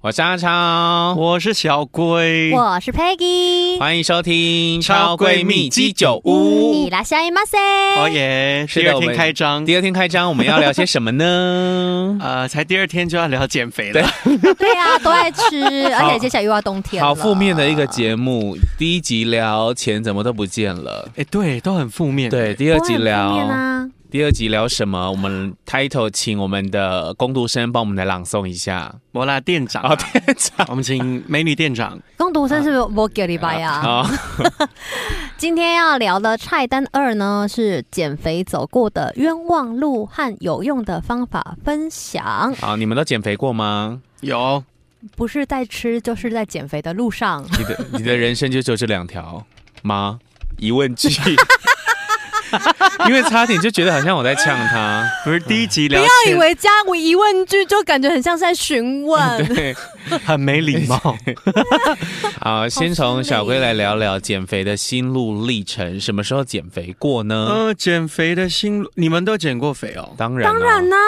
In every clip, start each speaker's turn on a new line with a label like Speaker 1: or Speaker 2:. Speaker 1: 我是阿超，
Speaker 2: 我是小龟，
Speaker 3: 我是 Peggy，
Speaker 1: 欢迎收听《超
Speaker 2: 超
Speaker 1: 闺
Speaker 2: 闺蜜
Speaker 1: 蜜
Speaker 2: 鸡
Speaker 1: 鸡酒
Speaker 3: 你
Speaker 1: 屋》。
Speaker 3: 拉下一马塞，
Speaker 2: 哦耶！
Speaker 1: 是的
Speaker 2: 第二
Speaker 1: 我们
Speaker 2: 天开张，？
Speaker 1: 第二天开张，我们要聊些什么呢
Speaker 2: 呃，才第二天就要聊减肥了。
Speaker 3: 对啊，都爱吃，而且接下来又要冬天了，
Speaker 1: 好负面的一个节目，第一集聊钱怎么都不见了。
Speaker 2: 哎，对，都很负面。
Speaker 1: 对，，第
Speaker 3: 都
Speaker 1: 二
Speaker 3: 很
Speaker 1: 集
Speaker 3: 负面
Speaker 1: 聊，
Speaker 3: 啊，
Speaker 1: 第二集聊什么？我们 title 请我们的工读生帮我们来朗诵一下。
Speaker 2: 摩拉店
Speaker 3: 啊
Speaker 2: 长，
Speaker 1: 哦，店长
Speaker 2: 我们请美女店长。
Speaker 3: 工读生是不是我给礼拜呀？
Speaker 1: 哦，
Speaker 3: 今天要聊的菜单二呢是减肥走过的冤枉路和有用的方法分享，
Speaker 1: 好，你们都减肥过吗？
Speaker 2: 有，
Speaker 3: 不是在吃就是在减肥的路上。
Speaker 1: 你的你的人生就只有这两条吗？疑问 句。因为差点就觉得好像我在呛他，
Speaker 2: 不是第一集聊
Speaker 3: 以
Speaker 2: 钱，
Speaker 3: 为加我疑问句就感觉很像是在询问，
Speaker 1: 嗯对，
Speaker 2: 很没 礼貌。
Speaker 1: 好，先从小龟来聊聊减肥的心路历程，什么时候减肥过呢？
Speaker 2: 呃，减肥的心路，你们都减过肥哦？
Speaker 1: 当然、啊
Speaker 3: 当然
Speaker 1: 了。
Speaker 3: 啦、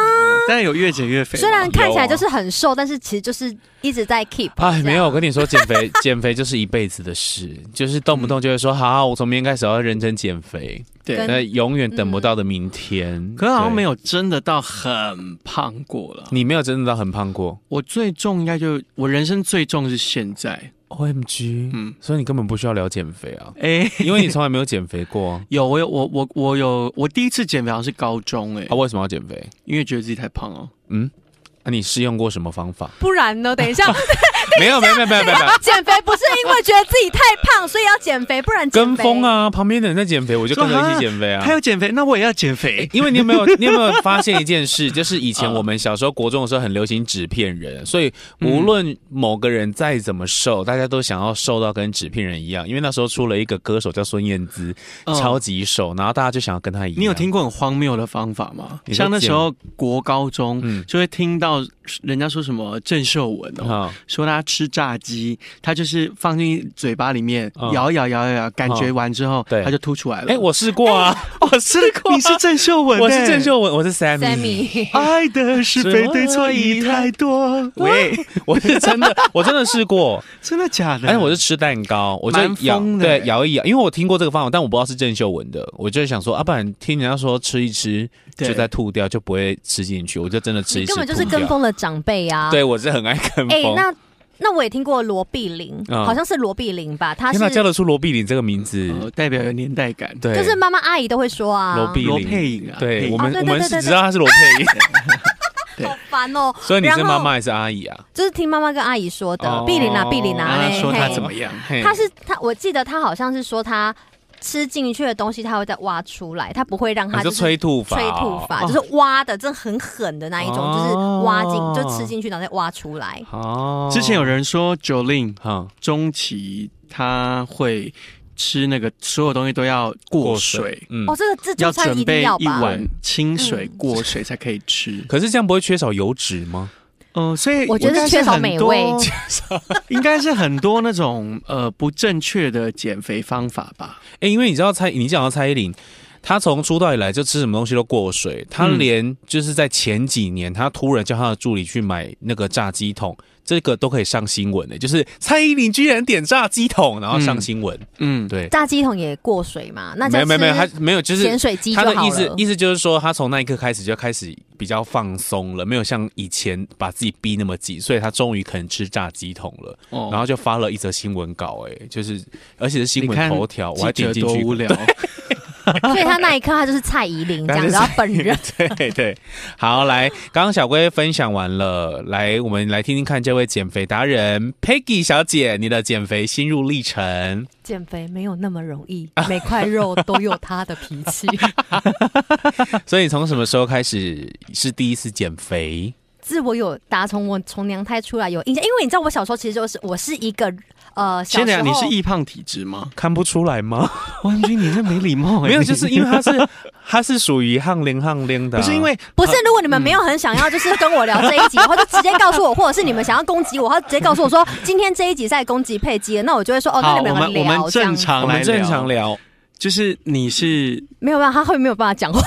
Speaker 2: 但有越减越肥吗。
Speaker 3: 虽然看起
Speaker 1: 有
Speaker 3: 来
Speaker 1: 啊
Speaker 3: 就是很瘦，但是其实就是一直在 keep。
Speaker 1: 哎，没有，我跟你说，减肥减肥就是一辈子的事，就是动不动就会说，好，我从明天开始要认真减肥，
Speaker 2: 对
Speaker 3: 跟，
Speaker 1: 那永远等不到的明天。
Speaker 2: 嗯可是好像没
Speaker 1: 有，
Speaker 2: 有真的到很胖过了。
Speaker 1: 你没有真的到很胖过
Speaker 2: 我最重应该就我人生最重是现在。
Speaker 1: ，O M G，
Speaker 2: 嗯，
Speaker 1: 所以你根本不需要聊减肥啊，
Speaker 2: 哎，
Speaker 1: 因为你从来没有减肥过 啊
Speaker 2: 有我有我我我有我第一次减肥好像是高中哎、
Speaker 1: 啊，为什么要减肥？
Speaker 2: 因为觉得自己太胖了。
Speaker 1: 嗯，那、你试用过什么方法？
Speaker 3: 不然呢？等一下，
Speaker 1: 没有，没有，没有，没有，没有。没有
Speaker 3: 减肥不是因为觉得自己太胖，所以要减肥，不然减
Speaker 1: 跟
Speaker 3: 肥
Speaker 1: 风！啊，旁边的人在减肥，我就跟着一
Speaker 2: 说啊
Speaker 1: 起减肥 啊。哎
Speaker 2: 他要减肥，那我也要减肥。
Speaker 1: 因为你有没有，你有没有发现一件事？就是以
Speaker 2: 嗯
Speaker 1: 前我们小时候国中的时候很流行纸片人，所以无论某个人再怎么瘦，大家都想要瘦到跟纸片人一样。因为那时候出了一个歌手叫孙燕姿，
Speaker 2: 嗯
Speaker 1: 超级瘦，然后大家就想要跟她一样。
Speaker 2: 你有？听过很荒谬的方法吗？
Speaker 1: 哎你说
Speaker 2: 像那时候国高中
Speaker 1: 嗯，
Speaker 2: 就会听到人家说什么郑秀文哦，
Speaker 1: 啊、
Speaker 2: 说他吃炸鸡，他就是放进嘴巴里面
Speaker 1: 嗯
Speaker 2: 摇一摇摇一摇，感觉
Speaker 1: 嗯
Speaker 2: 完之后，
Speaker 1: 对
Speaker 2: 他就凸出来了。
Speaker 1: 哎、我试过啊，
Speaker 2: 哎我是你是郑秀文、
Speaker 1: 我是郑
Speaker 2: 文。
Speaker 1: 秀文，我是 Sammy，,
Speaker 3: Sammy，
Speaker 2: 爱的是非对错已太多。喂，
Speaker 1: 我是真的，我真的试过。
Speaker 2: 真的假 的？
Speaker 1: 哎，我是吃蛋糕，我就
Speaker 2: 蛮
Speaker 1: 咬，
Speaker 2: 疯的
Speaker 1: 对
Speaker 2: 欸，
Speaker 1: 摇一摇，因为我听过这个方法，但我不知道是郑秀文的，我就想说，啊，不然听人家说吃一吃
Speaker 2: 对
Speaker 1: 就再吐掉，就不会吃进去，我就真的吃
Speaker 3: 你
Speaker 1: 一吃，
Speaker 3: 根本就是跟
Speaker 1: 吐掉。
Speaker 3: 风的长辈啊！，
Speaker 1: 对，我是很爱跟
Speaker 3: 哎、
Speaker 1: 风。
Speaker 3: 那那我也听过罗碧玲，
Speaker 1: 嗯
Speaker 3: 好像是罗碧玲吧？她
Speaker 1: 天
Speaker 3: 是
Speaker 1: 哪，叫得出罗碧玲这个名字，
Speaker 2: 哦代表有年代感。
Speaker 1: 对，
Speaker 3: 就是妈妈阿姨都会说啊，
Speaker 1: 罗碧
Speaker 2: 罗
Speaker 1: 玲。
Speaker 2: 佩颖啊，
Speaker 1: 对我
Speaker 3: 哦
Speaker 1: 们，
Speaker 3: 对
Speaker 1: 我们
Speaker 3: 对对
Speaker 1: 是
Speaker 3: 对
Speaker 1: 只知道她是罗佩 颖，
Speaker 2: 对
Speaker 3: 好烦哦。
Speaker 1: 所以你是
Speaker 3: 然后
Speaker 1: 妈妈还是阿姨啊？
Speaker 3: 就是听妈妈跟阿姨说的
Speaker 1: 哦，
Speaker 3: 碧玲啊，碧玲
Speaker 2: 然后
Speaker 3: 啊，
Speaker 2: 他
Speaker 3: 嘿
Speaker 2: 说他
Speaker 3: 嘿
Speaker 2: 怎么样？
Speaker 1: 嘿
Speaker 3: 他是他，我记得他好像是说他吃进去的东西，他会再挖出来，他不会让
Speaker 1: 你
Speaker 3: 他
Speaker 1: 就
Speaker 3: 就是
Speaker 1: 催吐法
Speaker 3: 催
Speaker 1: 哦，
Speaker 3: 吐法，
Speaker 2: 哦
Speaker 3: 就是挖的，真的很狠的那一种，
Speaker 1: 哦
Speaker 3: 就是挖进就吃进去，然后再挖出来。
Speaker 1: 哦
Speaker 2: 之前有人说 Jolin
Speaker 1: 哈
Speaker 2: 中期他会吃那个所有东西都要过水，，
Speaker 1: 嗯
Speaker 3: 哦，，这个自助
Speaker 2: 要
Speaker 3: 餐
Speaker 2: 准
Speaker 3: 一定
Speaker 2: 备
Speaker 3: 要
Speaker 2: 一
Speaker 3: 吧？
Speaker 2: 碗清水过水才可以吃。
Speaker 1: 可是这样不会缺少油脂吗？
Speaker 2: 嗯、所以
Speaker 3: 我觉得
Speaker 2: 应该
Speaker 3: 缺少
Speaker 2: 很
Speaker 3: 美
Speaker 2: 多
Speaker 3: 味
Speaker 2: 应该是很多那种呃不正确的减肥方法吧。
Speaker 1: 哎、因为你知道蔡，你讲到蔡依林，她从出道以来就吃什么东西都过水，她
Speaker 2: 嗯
Speaker 1: 连就是在前几年，她突然叫她的助理去买那个炸鸡桶，这个都可以上新闻的、就是蔡依林居然点炸鸡桶，然后上新闻，
Speaker 2: 嗯，
Speaker 1: 对。
Speaker 3: 炸鸡桶也过水嘛？那
Speaker 1: 没有没有没有，她
Speaker 3: 他
Speaker 1: 没有，就是
Speaker 3: 咸水鸡就
Speaker 1: 他
Speaker 3: 好
Speaker 1: 的
Speaker 3: 了。
Speaker 1: 意思意思就是说，他从那一刻开始就开始比较放松了，没有像以前把自己逼那么紧，所以他终于肯吃炸鸡桶了，
Speaker 2: 哦
Speaker 1: 然后就发了一则新闻稿、哎，就是而且是新
Speaker 2: 你
Speaker 1: 闻
Speaker 2: 看
Speaker 1: 头条，我还
Speaker 2: 记
Speaker 1: 点
Speaker 2: 者
Speaker 1: 进
Speaker 2: 多
Speaker 1: 去
Speaker 2: 无
Speaker 1: 看
Speaker 2: 聊。
Speaker 3: 所以他那一刻他就是蔡依林这
Speaker 1: 但
Speaker 3: 样
Speaker 1: 是
Speaker 3: 子，然后本 人
Speaker 1: 对对，好，来，刚刚小龟分享完了，来，我们来听听看这位减肥达人 Peggy 小姐，你的减肥心路历 程。
Speaker 3: 减肥没有那么容易，每块肉都有他的脾气。
Speaker 1: 所以你从什么时候开始是第一次减肥？
Speaker 3: 自我有打从我从娘胎出来有印象，因为你知道我小时候其实就是我是一个呃，小
Speaker 2: 先
Speaker 3: 时候
Speaker 2: 讲你是易胖体质吗？
Speaker 1: 看不出来吗？
Speaker 2: 王君，你这没礼貌、欸。
Speaker 1: 没有，就是因为 它是它是属于汗零汗零的啊、
Speaker 2: 不是因为
Speaker 3: 不是，如果你们没有很想要，就是跟我聊这一集，然后就直接告诉我，或者是你们想要攻击我，然后直接告诉我说今天这一集在攻击佩姬，那我就会说哦，那
Speaker 2: 好，
Speaker 3: 你
Speaker 2: 我
Speaker 3: 们
Speaker 2: 们我
Speaker 3: 聊
Speaker 2: 们
Speaker 3: 这样
Speaker 2: 正
Speaker 3: 子
Speaker 2: 常
Speaker 1: 我
Speaker 2: 来
Speaker 1: 们正常
Speaker 2: 聊，
Speaker 1: 聊，
Speaker 2: 就是你是
Speaker 3: 没有办法，他会没有办法讲话，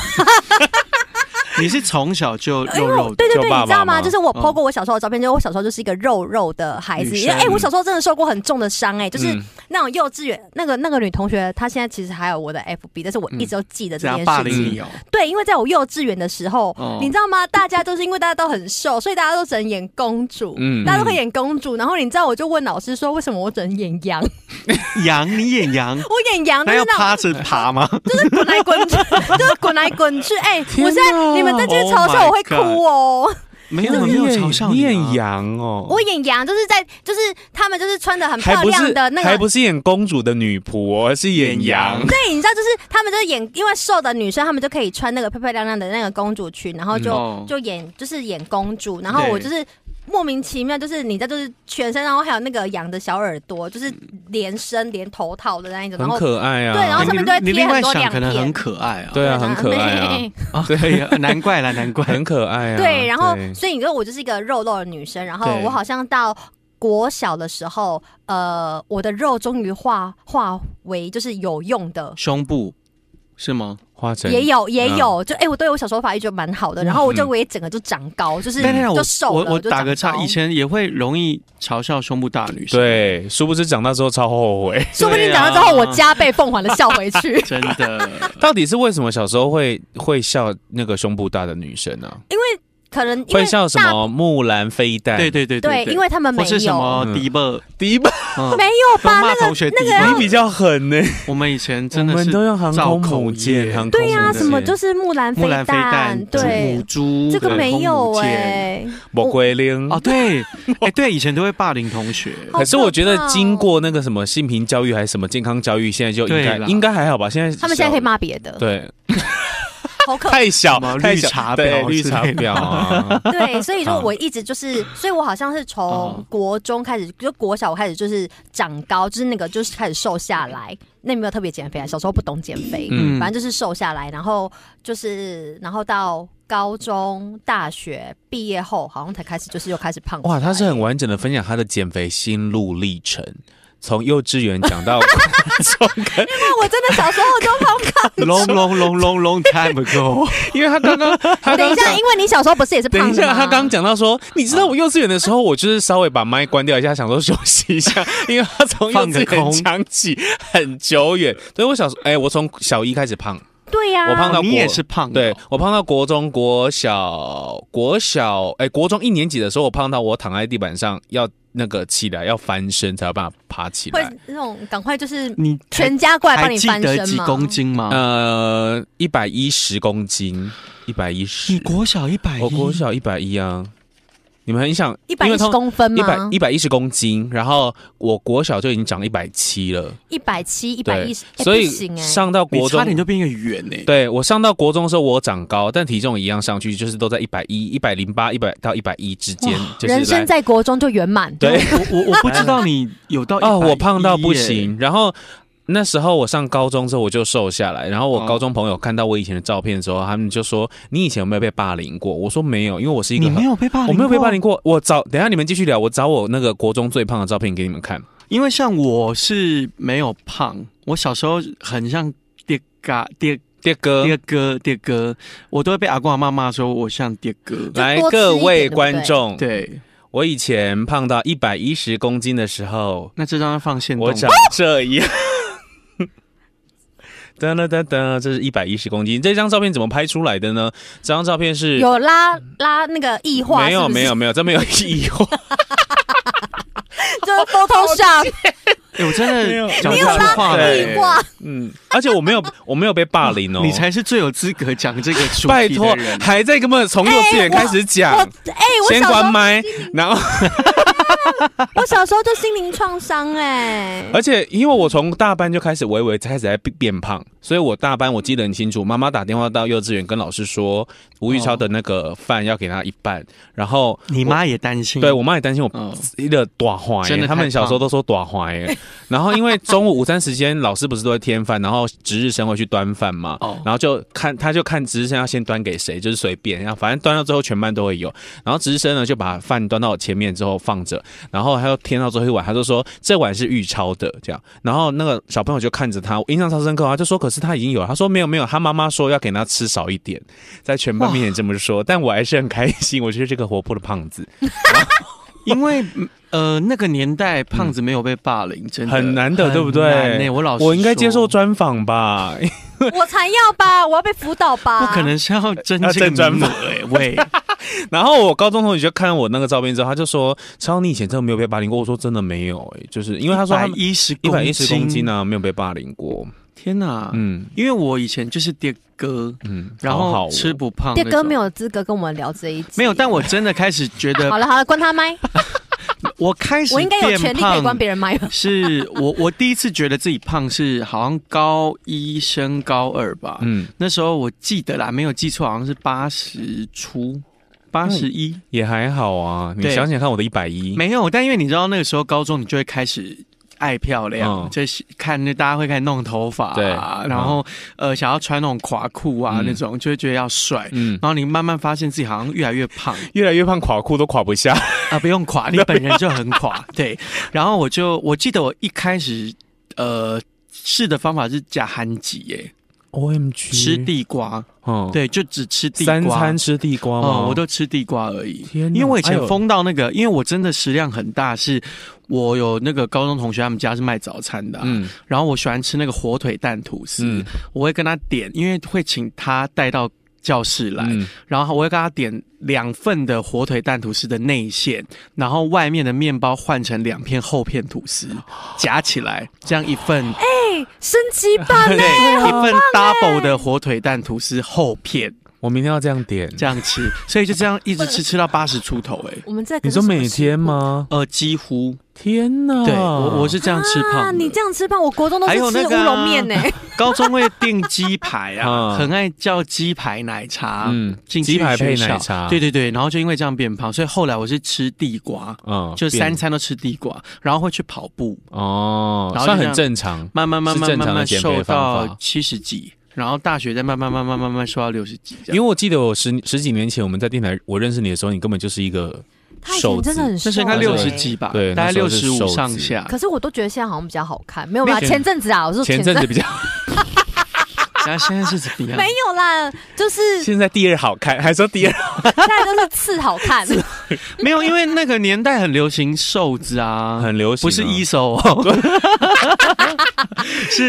Speaker 2: 你是从 小就
Speaker 1: 哎
Speaker 2: 肉肉的
Speaker 3: 对对
Speaker 1: 叫
Speaker 3: 对，
Speaker 1: 爸
Speaker 3: 你知道
Speaker 1: 爸
Speaker 3: 吗？
Speaker 1: 吗
Speaker 3: 就是我
Speaker 2: 嗯
Speaker 3: 剖过我小时候的照片，就是我小时候就是一个肉肉的孩子。
Speaker 2: 女
Speaker 3: 因为
Speaker 2: 生
Speaker 3: 哎、我小时候真的受过很重的伤，哎，就是
Speaker 1: 嗯
Speaker 3: 那种幼稚园那个那个女同学，她现在其实还有我的 FB，但是我一直都记得
Speaker 2: 这
Speaker 3: 这
Speaker 2: 样
Speaker 3: 件
Speaker 2: 嗯霸
Speaker 3: 事
Speaker 2: 凌
Speaker 3: 情。
Speaker 2: 你哦，
Speaker 3: 对，因为在我幼稚园的时候，
Speaker 2: 哦
Speaker 3: 你知道吗？大家就是因为大家都很瘦，所以大家都只能演公主，
Speaker 1: 嗯
Speaker 3: 大家都可以演公主。然后你知道，我就问老师说，为什么我只能演羊？
Speaker 2: 羊你演羊，
Speaker 3: 我演羊，
Speaker 2: 那
Speaker 3: 就是
Speaker 2: 要
Speaker 3: 啊那种
Speaker 2: 趴着爬吗？
Speaker 3: 就是滚来滚去， 就是滚来滚去。哎、
Speaker 1: 天
Speaker 3: 我现在
Speaker 1: 哪
Speaker 3: 你们在这些
Speaker 2: Oh
Speaker 3: 嘲笑我
Speaker 2: my
Speaker 3: 会
Speaker 2: God
Speaker 3: 哭哦。
Speaker 2: 没有
Speaker 1: 天哪
Speaker 2: 没有
Speaker 1: 你演
Speaker 2: 嘲笑
Speaker 1: 你
Speaker 2: 啊
Speaker 1: 演羊哦，
Speaker 3: 我演羊就是在就是他们就是穿的很
Speaker 1: 还
Speaker 3: 漂
Speaker 1: 不
Speaker 3: 亮
Speaker 1: 是
Speaker 3: 的那
Speaker 1: 还
Speaker 3: 个。
Speaker 1: 不是演公主的女仆哦，而是演羊
Speaker 2: 演羊。
Speaker 3: 对，你知道，就是他们就是演，因为瘦的女生，她们就可以穿那个漂漂亮亮的那个公主裙，然后就、
Speaker 2: 嗯哦
Speaker 3: 就演就是演公主，然后我就是莫名其妙，就是你知道，就是全身，然后还有那个羊的小耳朵，就是连身连头套的那一种，然
Speaker 1: 很
Speaker 3: 后
Speaker 1: 可爱啊！
Speaker 3: 对然后上面都会
Speaker 2: 你
Speaker 3: 贴
Speaker 2: 另
Speaker 3: 很
Speaker 2: 外
Speaker 3: 多
Speaker 2: 想
Speaker 3: 亮
Speaker 2: 可能
Speaker 3: 片
Speaker 2: 很可爱啊，
Speaker 1: 对啊，很可爱 啊，
Speaker 2: 啊对啊，难怪啦，难怪，
Speaker 1: 很可爱啊。
Speaker 3: 对，然后
Speaker 1: 对
Speaker 3: 所以你说我就是一个肉肉的女生，然后
Speaker 2: 对
Speaker 3: 我好像到国小的时候，呃，我的肉终于化化为就是有用的。
Speaker 2: 胸部是吗？
Speaker 1: 花城
Speaker 3: 也有也
Speaker 1: 嗯
Speaker 3: 有，就哎、我对我小时候发育就蛮好的，然后我就
Speaker 1: 嗯
Speaker 3: 我也整个就长高，就是
Speaker 2: 但但
Speaker 3: 就
Speaker 2: 我
Speaker 3: 瘦
Speaker 2: 我
Speaker 3: 了，
Speaker 2: 我
Speaker 3: 就
Speaker 2: 打个
Speaker 3: 长
Speaker 2: 岔，
Speaker 3: 高
Speaker 2: 以前也会容易嘲笑胸部大的女生，，
Speaker 1: 对，殊不知长大之后超后悔。
Speaker 3: 说不定长大之后
Speaker 2: 对
Speaker 3: 我
Speaker 2: 啊
Speaker 3: 加倍奉还的笑回去，
Speaker 2: 真的
Speaker 1: 到底是为什么小时候会会笑那个胸部大的女生呢、啊
Speaker 3: 因为可能因为
Speaker 1: 会笑什
Speaker 3: 大
Speaker 1: 么木兰飞弹？
Speaker 2: 对对对
Speaker 3: 对，
Speaker 2: 对，
Speaker 3: 因为他们没
Speaker 2: 或
Speaker 3: 有
Speaker 2: 是什么
Speaker 1: 嗯
Speaker 2: 迪拜，
Speaker 1: 第一把
Speaker 2: 嗯
Speaker 3: 没有
Speaker 2: 都
Speaker 3: 吧？
Speaker 2: 骂
Speaker 3: 那个
Speaker 2: 同学
Speaker 3: 那
Speaker 2: 迪
Speaker 3: 个要
Speaker 2: 拜，
Speaker 1: 你比较狠呢、
Speaker 2: 我们以前
Speaker 1: 我
Speaker 2: 真的
Speaker 1: 们
Speaker 2: 是
Speaker 1: 都用航空
Speaker 2: 造口
Speaker 1: 母舰，
Speaker 2: 业
Speaker 1: 航空
Speaker 3: 对呀、
Speaker 1: 母
Speaker 3: 啊，
Speaker 1: 舰
Speaker 3: 什么就是木兰
Speaker 2: 木兰飞
Speaker 3: 弹
Speaker 2: 弹，，
Speaker 3: 对
Speaker 2: 母，猪，
Speaker 3: 这个没有
Speaker 2: 哎、
Speaker 3: 哎、
Speaker 1: 魔鬼灵
Speaker 2: 哦，对，哎，对，以前都会霸凌同学，
Speaker 3: 好
Speaker 1: 可是我觉得
Speaker 3: 可怕哦
Speaker 1: 经过那个什么性平教育还是什么健康教育，现在就应该
Speaker 2: 对啦
Speaker 1: 应该还好吧？现在
Speaker 3: 他们现在可以骂别
Speaker 1: 小
Speaker 3: 的，
Speaker 1: 对，
Speaker 3: 好可
Speaker 1: 太小
Speaker 2: 什么
Speaker 1: 太
Speaker 2: 绿
Speaker 1: 小
Speaker 2: 茶
Speaker 1: 对
Speaker 2: 婊
Speaker 1: 绿
Speaker 2: 之
Speaker 1: 茶
Speaker 2: 类的
Speaker 1: 婊啊，
Speaker 3: 对，所以说
Speaker 1: 好
Speaker 3: 我一直就是，所以我好像是从
Speaker 2: 哦。
Speaker 3: 国中开始，就国小我开始就是长高，就是那个就是开始瘦下来。那没有特别减肥啊，小时候不懂减肥，
Speaker 1: 嗯
Speaker 3: 反正就是瘦下来，然后就是然后到高中、大学毕业后，好像才开始就是又开始胖起来。
Speaker 1: 哇，他是很完整的分享他的减肥心路历程，从幼稚园讲到
Speaker 3: 因为我真的小时候就胖胖
Speaker 2: long long long long long time ago，
Speaker 1: 因为他刚刚 他
Speaker 3: 等
Speaker 1: 刚
Speaker 3: 一下，
Speaker 1: 讲，
Speaker 3: 因为你小时候不是也是胖的
Speaker 1: 等一下，他
Speaker 3: 吗
Speaker 1: 刚讲到说，你知道我幼稚园的时候，我就是稍微把麦关掉一下，想说休息一下，因为他从幼
Speaker 2: 放个
Speaker 1: 稚园
Speaker 2: 空
Speaker 1: 讲起很久远，所以我小时哎、我从小一开始胖，
Speaker 3: 对呀、
Speaker 1: 我胖到
Speaker 2: 你
Speaker 1: 国
Speaker 2: 也是胖的
Speaker 1: 对
Speaker 2: 哦，
Speaker 1: 我胖到国中、国小、国小哎、国中一年级的时候，我胖到我躺在地板上要那个起来要翻身才有办法爬起来
Speaker 3: 会，那种赶快就是
Speaker 1: 嗯
Speaker 2: 你
Speaker 3: 全家过来帮
Speaker 2: 还
Speaker 3: 你
Speaker 2: 记
Speaker 3: 翻
Speaker 2: 得
Speaker 3: 身
Speaker 2: 几
Speaker 3: 吗？
Speaker 2: 公斤吗？
Speaker 1: 呃，一百一十公斤，一百一
Speaker 2: 你
Speaker 1: 十，
Speaker 2: 国小一百一，
Speaker 1: 我国小一百一啊。你们很想，
Speaker 3: 一百
Speaker 1: 因
Speaker 3: 一
Speaker 1: 为
Speaker 3: 十
Speaker 1: 通
Speaker 3: 公分
Speaker 1: 一百
Speaker 3: 吗？
Speaker 1: 一百一十公斤，然后我国小就已经长一百七了，
Speaker 3: 一百七、一百
Speaker 1: 对
Speaker 3: 一十，哎
Speaker 1: 所
Speaker 3: 不行
Speaker 1: 以
Speaker 3: 哎、
Speaker 1: 上到
Speaker 2: 你
Speaker 1: 国中
Speaker 2: 差，点就变一个圆呢、
Speaker 1: 对我上到国中的时候我长高，但体重一样上去，就是都在一百一、一百零八、一百到一百一之间，就是
Speaker 3: 人生
Speaker 1: 来
Speaker 3: 在国中就圆满。
Speaker 1: 对哎
Speaker 2: 我我我不知道你有到
Speaker 1: 哦，我胖到
Speaker 2: 110
Speaker 1: 不
Speaker 2: 耶，
Speaker 1: 行，然后。那时候我上高中之后我就瘦下来，然后我
Speaker 2: 哦
Speaker 1: 高中朋友看到我以前的照片的时候，他们就说：“你以前有没有被霸凌过？”我说：“没有，因为我是一个
Speaker 2: 你
Speaker 1: 很
Speaker 2: 没有被霸凌，
Speaker 1: 我没有被霸凌，过。”我找等一下你们继续聊，我找我那个国中最胖的照片给你们看。
Speaker 2: 因为像我是没有胖，我小时候很像爹嘎爹
Speaker 1: 爹哥，
Speaker 2: 爹哥爹哥，我都会被阿公阿妈骂说我像爹哥。
Speaker 1: 来
Speaker 3: 多
Speaker 1: 各
Speaker 3: 吃一点对
Speaker 1: 位
Speaker 3: 不
Speaker 1: 观
Speaker 3: 对
Speaker 1: 众，
Speaker 2: 对，
Speaker 1: 我以前胖到一百一十公斤的时候，
Speaker 2: 那这张要放线动
Speaker 1: 我长这样。 噔噔噔噔，这是一百一十公斤。这张照片怎么拍出来的呢？这张照片是
Speaker 3: 有拉拉那个异化，
Speaker 1: 没有
Speaker 3: 是不是
Speaker 1: 没有，没有，这没有意义哦。
Speaker 3: 就是 Photoshop
Speaker 2: 哎我真
Speaker 1: 没有
Speaker 2: 的讲不
Speaker 1: 你
Speaker 2: 出
Speaker 1: 有拉
Speaker 2: 话来
Speaker 1: 对
Speaker 3: 异
Speaker 2: 耶。
Speaker 3: 化，
Speaker 1: 嗯，而且我没有我没有被霸凌哦。
Speaker 2: 你才是最有资格讲这个主
Speaker 1: 拜
Speaker 2: 题的
Speaker 1: 托
Speaker 2: 人，。
Speaker 1: 还在根本从幼稚园开始讲，
Speaker 3: 我哎，我
Speaker 1: 先
Speaker 3: 小时
Speaker 1: 关
Speaker 3: 候
Speaker 1: 麦，然后
Speaker 3: 我小时候就心灵创伤哎，
Speaker 1: 而且因为我从大班就开始微微开始在变胖，所以我大班我记得很清楚，妈妈打电话到幼稚园跟老师说吴玉超的那个饭要给他一半，然后
Speaker 2: 你妈也担心，
Speaker 1: 对我妈也担心我
Speaker 2: 嗯
Speaker 1: 一个短怀
Speaker 2: 真
Speaker 1: 耶，
Speaker 2: 的太
Speaker 1: 他们小时候都说短怀耶，然后因为中午午餐时间老师不是都会贴便饭，然后值日生会去端饭嘛，
Speaker 2: 哦
Speaker 1: 然后就看他就看值日生要先端给谁，就是随便，然后反正端到最后全班都会有。然后值日生呢就把饭端到我前面之后放着，然后他又添到最后一碗，他就说这碗是预超的这样。然后那个小朋友就看着他，我印象超深刻啊，他就说可是他已经有了，他说没有没有，他妈妈说要给他吃少一点，在全班面前这么说，但我还是很开心，我觉得这个活泼的胖子
Speaker 2: 因为嗯呃那个年代胖子没有被霸凌，真的
Speaker 1: 很难的，对不对？
Speaker 2: 很难欸我老实
Speaker 1: 我应该接受
Speaker 2: 说
Speaker 1: 专访吧？
Speaker 3: 我才要吧，我要被辅导吧，
Speaker 2: 不可能是要争
Speaker 1: 要
Speaker 2: 这个
Speaker 1: 争专
Speaker 2: 名额欸喂，
Speaker 1: 然后我高中同学就看我那个照片之后，他就说：“超，你以前真的没有被霸凌过？”我说：“真的没有、欸，就是 因为他说他
Speaker 2: 一十
Speaker 1: 一百一十公斤呢、啊，没有被霸凌过。
Speaker 2: 天哪！
Speaker 1: 嗯
Speaker 2: 因为我以前就是爹哥，
Speaker 1: 嗯，
Speaker 2: 然
Speaker 1: 好好
Speaker 2: 后
Speaker 1: 哦
Speaker 2: 吃不胖那
Speaker 3: 爹
Speaker 2: 种，
Speaker 3: 哥没有资格跟我们聊这一集。
Speaker 2: 没有，但我真的开始觉得
Speaker 3: 好，了好了，关他麦，
Speaker 2: 我开始
Speaker 3: 我应该有权利可以关别人麦吧？
Speaker 2: 人。是我 我第一次觉得自己胖是好像高一升高二吧，
Speaker 1: 嗯，
Speaker 2: 那时候我记得啦，没有记错，好像是八十出，八十一
Speaker 1: 也还好啊。你
Speaker 2: 对
Speaker 1: 想想看，我的一百一，
Speaker 2: 没有，但因为你知道那个时候高中，你就会开始。爱漂亮，
Speaker 1: 嗯
Speaker 2: 就是看那大家会开始弄头发、
Speaker 1: 对
Speaker 2: 啊，然后、呃想要穿那种垮裤啊、
Speaker 1: 嗯
Speaker 2: 那种，就会觉得要帅。
Speaker 1: 嗯，
Speaker 2: 然后你慢慢发现自己好像越来越胖
Speaker 1: 越来越胖，垮裤都垮不下。
Speaker 2: 啊，不用垮，你本人就很垮。对，然后我就我记得我一开始呃试的方法是加韩吉耶，
Speaker 1: O M G，
Speaker 2: 吃，地瓜，
Speaker 1: 嗯，
Speaker 2: 对，就只吃地瓜，
Speaker 1: 三餐吃地瓜吗？
Speaker 2: 哦，我都吃地瓜而已。
Speaker 1: 天哪，
Speaker 2: 因为我以前
Speaker 1: 哎呦
Speaker 2: 疯到那个，因为我真的食量很大，是我有那个高中同学，他们家是卖早餐的啊、
Speaker 1: 嗯
Speaker 2: 然后我喜欢吃那个火腿蛋吐司，
Speaker 1: 嗯
Speaker 2: 我会跟他点，因为会请他带到教室来，
Speaker 1: 嗯
Speaker 2: 然后我会跟他点两份的火腿蛋吐司的内馅，然后外面的面包换成两片厚片吐司
Speaker 1: 哦
Speaker 2: 夹起来，这样一份，
Speaker 3: 哎，升级版
Speaker 2: 对，
Speaker 3: 呢？
Speaker 2: 一份
Speaker 3: 哎
Speaker 2: double 的火腿蛋吐司厚片
Speaker 1: 我明天要这样点。
Speaker 2: 这样吃，所以就这样一直吃吃到八十出头、哎。
Speaker 3: 我们这
Speaker 1: 你
Speaker 3: 个是
Speaker 1: 说
Speaker 3: 什么
Speaker 1: 每天吗？
Speaker 2: 呃，几乎
Speaker 1: 天哪，
Speaker 2: 对我我是这样吃胖的。
Speaker 3: 啊，你这样吃胖，我国中都是
Speaker 2: 还有
Speaker 3: 吃
Speaker 2: 那
Speaker 3: 乌
Speaker 2: 个啊
Speaker 3: 龙面呢。
Speaker 2: 高中会订鸡排 啊，
Speaker 1: 嗯
Speaker 2: 很爱叫鸡排奶茶，
Speaker 1: 嗯
Speaker 2: 嗯，
Speaker 1: 鸡排配奶茶
Speaker 2: 对对对，然后就因为这样变胖，所以后来我是吃地瓜，
Speaker 1: 嗯
Speaker 2: 就哦三
Speaker 1: 变
Speaker 2: 餐都吃地瓜，然后会去跑步，
Speaker 1: 哦，
Speaker 2: 然后就
Speaker 1: 算
Speaker 2: 这
Speaker 1: 很
Speaker 2: 样
Speaker 1: 正常。
Speaker 2: 慢慢慢
Speaker 1: 是
Speaker 2: 慢
Speaker 1: 正
Speaker 2: 慢
Speaker 1: 常的
Speaker 2: 慢
Speaker 1: 减肥方
Speaker 2: 瘦
Speaker 1: 法
Speaker 2: 到七十几，然后大学再慢慢慢慢慢慢瘦到六十几，这
Speaker 1: 因为
Speaker 2: 样。
Speaker 1: 我记得我十十几年前我们在电台，我认识你的时候，你根本就是一个
Speaker 3: 他以前真的很瘦，
Speaker 2: 这是应该
Speaker 1: 瘦
Speaker 2: 六
Speaker 1: 的
Speaker 2: 十几。吧，
Speaker 1: 对
Speaker 2: 大
Speaker 1: 那
Speaker 2: 概
Speaker 1: 时候
Speaker 2: 六
Speaker 1: 是
Speaker 2: 十
Speaker 1: 瘦
Speaker 2: 五
Speaker 1: 子
Speaker 2: 上 下。
Speaker 3: 可是我都觉得现在好像比较好看，没有
Speaker 2: 啊没
Speaker 3: 吧？
Speaker 2: 有
Speaker 3: 前阵子啊，我说
Speaker 1: 前阵子 比较，
Speaker 2: 然后现在是怎么样？
Speaker 3: 没有啦， 就是现
Speaker 1: 现在第二好看，还说第二，
Speaker 3: 在就是刺好看，
Speaker 2: 没有，因为那个年代很流行瘦子啊，
Speaker 1: 很流行啊，
Speaker 2: 不是一手哦，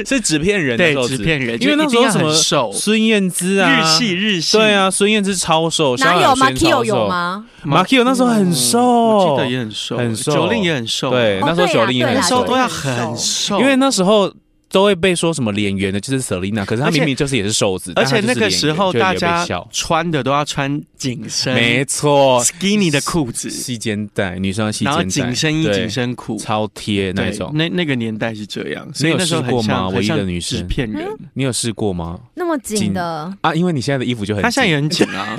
Speaker 1: 是纸片人的
Speaker 2: 对
Speaker 1: 时候，
Speaker 2: 纸片人，
Speaker 1: 因为
Speaker 2: 就
Speaker 1: 那
Speaker 2: 一
Speaker 1: 时
Speaker 2: 定
Speaker 1: 候
Speaker 2: 要
Speaker 1: 什么
Speaker 2: 很瘦，
Speaker 1: 孙燕姿啊，
Speaker 2: 日系日系，
Speaker 1: 对啊，孙燕姿超瘦，萧
Speaker 3: 哪有
Speaker 1: 亚轩
Speaker 3: Makio
Speaker 1: 超
Speaker 3: 有
Speaker 1: 瘦？
Speaker 3: 吗？
Speaker 1: 马 Q 那时候很瘦，
Speaker 2: 嗯我记得也很瘦，
Speaker 1: 很瘦
Speaker 2: 九令也很瘦，啊
Speaker 1: 对，
Speaker 3: 哦
Speaker 1: 那时候九零也
Speaker 3: 对
Speaker 1: 很
Speaker 3: 啦
Speaker 2: 那时
Speaker 1: 瘦
Speaker 2: 候
Speaker 3: 对啊啦
Speaker 2: 都要很瘦，
Speaker 1: 因为那时候都会被说什么脸圆的，就是 Selina，可是她
Speaker 2: 而且
Speaker 1: 明明就是也是瘦子，
Speaker 2: 而且那个时候大
Speaker 1: 但她就是脸圆就也
Speaker 2: 家
Speaker 1: 被笑
Speaker 2: 穿的都要穿紧身，
Speaker 1: 没错，
Speaker 2: skinny 的裤子，
Speaker 1: 细肩带，女生要细肩
Speaker 2: 然
Speaker 1: 带，
Speaker 2: 后紧身衣、
Speaker 1: 对
Speaker 2: 紧身裤。
Speaker 1: 超贴那
Speaker 2: 对
Speaker 1: 一种，。
Speaker 2: 那那个年代是这样，所
Speaker 1: 你
Speaker 2: 以
Speaker 1: 有
Speaker 2: 那时候
Speaker 1: 试过
Speaker 2: 很像
Speaker 1: 吗
Speaker 2: 很像
Speaker 1: 唯一的女生
Speaker 2: 纸片人，
Speaker 3: 嗯
Speaker 1: 你有试过吗？
Speaker 3: 那么紧的，
Speaker 1: 啊，因为你现在的衣服就很紧，
Speaker 2: 她现在也很紧 啊。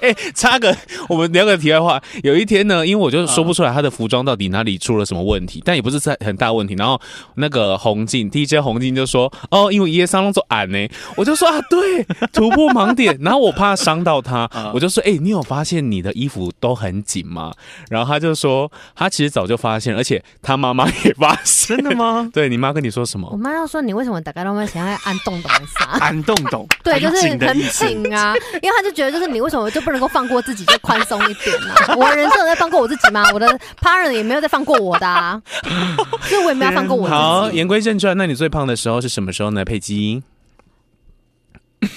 Speaker 1: 哎、插个，我们聊个题外话。有一天呢，因为我就说不出来她的服装到底哪里出了什么问题，但也不是在很大问题。然后那个洪静 DJ 洪静就说：“哦，因为耶桑弄做俺呢。”我就说：“啊，对，突破盲点。” 然后我怕伤到她，
Speaker 2: 嗯
Speaker 1: 我就说：“哎、你有发现你的衣服都很紧吗？”然后她就说：“她其实早就发现了，而且她妈妈也发现。？
Speaker 2: 真的吗
Speaker 1: 对你妈跟你说什
Speaker 3: 我
Speaker 1: 么？
Speaker 3: 妈要说你为什么打开浪漫想要按洞洞 啥？
Speaker 2: 俺动懂，
Speaker 3: 对，就是
Speaker 2: 紧的
Speaker 3: 很
Speaker 2: 意思。
Speaker 3: 紧啊，因为她就觉得就是你为什么就不能够放过自己，就宽松一点呢、啊？ 我人生有在放过我自己吗？我的 partner 也没有在放过我的 啊，所以我也没有放过我
Speaker 1: 好，
Speaker 3: 自己。
Speaker 1: 言归正传，那你最胖的时候是什么时候呢？佩姬，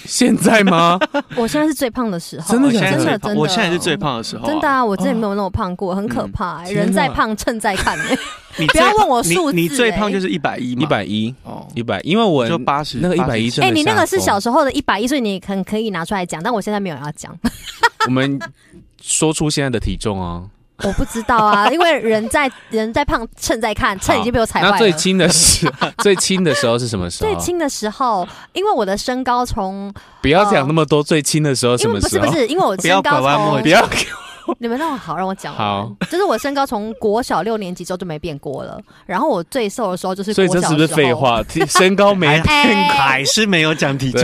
Speaker 1: 现在吗？
Speaker 3: 我现在是最胖的时候，
Speaker 1: 真的
Speaker 2: 我
Speaker 1: 假
Speaker 2: 现
Speaker 1: 的
Speaker 2: 在
Speaker 3: 真
Speaker 2: 最
Speaker 3: 的
Speaker 2: 胖
Speaker 3: 真的，
Speaker 2: 我现在是最胖的时候啊，嗯
Speaker 3: 真的啊！我之前没有那么胖过，很可怕、欸。人在胖，秤在看、欸。
Speaker 2: 你
Speaker 3: 不
Speaker 2: 最
Speaker 3: 要问我数字
Speaker 2: 你你最
Speaker 3: 欸
Speaker 2: 胖就是一百一 嘛，
Speaker 1: 一百一。
Speaker 2: 哦，
Speaker 1: 一百，因为我
Speaker 2: 就八十
Speaker 1: 那个一百一
Speaker 2: 80
Speaker 1: 真
Speaker 3: 哎、
Speaker 1: 的。
Speaker 3: 你那个是小，时候的一百一，所以你很可以拿出来讲，但我现在没有要 讲，
Speaker 1: 我们说出现在的体重啊。
Speaker 3: 我不知道 啊，因为人在人在胖，秤在看，秤已经被我踩坏
Speaker 1: 那最
Speaker 3: 了。
Speaker 1: 轻的是最轻的时 候是什么时候？
Speaker 3: 最轻的时候，因为我的身高从，
Speaker 1: 不要讲那么多，最轻的时候什
Speaker 3: 因为
Speaker 1: 么
Speaker 3: 不是
Speaker 1: 时
Speaker 3: 不
Speaker 1: 候？
Speaker 3: 是，因为我
Speaker 2: 不要
Speaker 3: 身高
Speaker 2: 拐弯抹
Speaker 3: 从
Speaker 1: 不要
Speaker 3: 你们让我好让我讲完。
Speaker 1: 好，
Speaker 3: 就是我身高从国小六年级之后就没变过了，然后我最瘦的时候就是
Speaker 1: 所
Speaker 3: 国
Speaker 1: 以
Speaker 3: 小
Speaker 1: 这
Speaker 3: 的时
Speaker 1: 是
Speaker 3: 候
Speaker 1: 不是废？话？ 提身高 没
Speaker 3: 哎，
Speaker 2: 还是没有讲体重。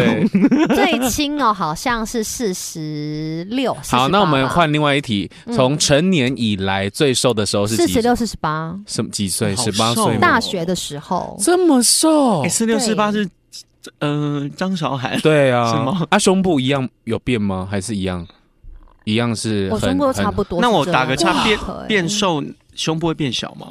Speaker 1: 对。
Speaker 3: 最轻哦，好像是四十六。
Speaker 1: 好，
Speaker 3: 48
Speaker 1: 那我们
Speaker 3: 吧
Speaker 1: 换另外一题，从成年以来最瘦的时候是
Speaker 3: 嗯四
Speaker 1: 几？哦
Speaker 3: 十六、四十八，
Speaker 1: 什么几岁？
Speaker 2: 好
Speaker 1: 十八岁
Speaker 2: 瘦哦
Speaker 1: 吗？
Speaker 3: 大学的时候。
Speaker 1: 这么瘦
Speaker 2: 哎，？四六四八
Speaker 3: 对
Speaker 2: 是，嗯，张韶涵。
Speaker 1: 对啊，
Speaker 2: 是吗
Speaker 1: 啊，胸部一样有变吗？还是一样？一样是
Speaker 3: 我
Speaker 1: 很
Speaker 3: 胸部都差不多是这
Speaker 2: 那
Speaker 3: 样。
Speaker 2: 我打个
Speaker 3: 哇
Speaker 2: 叉，变
Speaker 3: 对
Speaker 2: 变瘦，胸部会变小吗？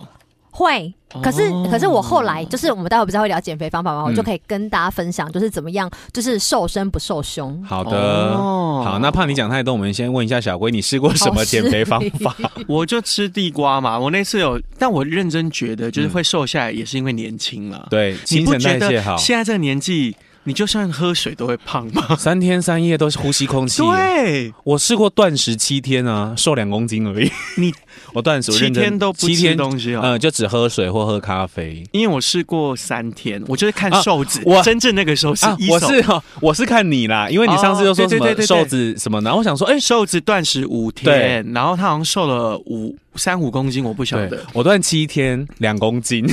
Speaker 3: 会，可是、
Speaker 2: 哦
Speaker 3: 可是我后来就是我们待会不是会聊减肥方法吗？我
Speaker 1: 嗯
Speaker 3: 就可以跟大家分享，就是怎么样，就是瘦身不瘦胸
Speaker 1: 很。好的。
Speaker 2: 哦
Speaker 1: 好，那怕你讲太多，我们先问一下小龟，你试过什么减肥方 法？
Speaker 2: 我就吃地瓜嘛。我那次有，但我认真觉得，就是会瘦下来，也是因为年轻了。
Speaker 1: 嗯对，
Speaker 2: 你
Speaker 1: 新
Speaker 2: 不
Speaker 1: 陈
Speaker 2: 觉
Speaker 1: 代谢
Speaker 2: 得
Speaker 1: 好，
Speaker 2: 现在这个年纪，你就算喝水都会胖吗？
Speaker 1: 三天三夜都是呼吸空气。
Speaker 2: 对，
Speaker 1: 我试过断食七天啊，瘦两公斤而已。
Speaker 2: 你
Speaker 1: 我断食我
Speaker 2: 七
Speaker 1: 认真
Speaker 2: 天都不
Speaker 1: 七
Speaker 2: 吃
Speaker 1: 天，
Speaker 2: 东西哦。
Speaker 1: 呃，就只喝水或喝咖啡。
Speaker 2: 因为我试过三天，我就是看瘦子，
Speaker 1: 啊我
Speaker 2: 真正那个时候是
Speaker 1: 啊
Speaker 2: 一，
Speaker 1: 我
Speaker 2: 手、
Speaker 1: 是 哦我是看你啦，因为你上次就说
Speaker 2: 哦
Speaker 1: 什
Speaker 2: 对对
Speaker 1: 么
Speaker 2: 对对对
Speaker 1: 瘦子什么的，然后我想说，哎、
Speaker 2: 瘦子断食五天，然后他好像瘦了五三五公斤，我不晓
Speaker 1: 对
Speaker 2: 得。，
Speaker 1: 我断七天两公斤，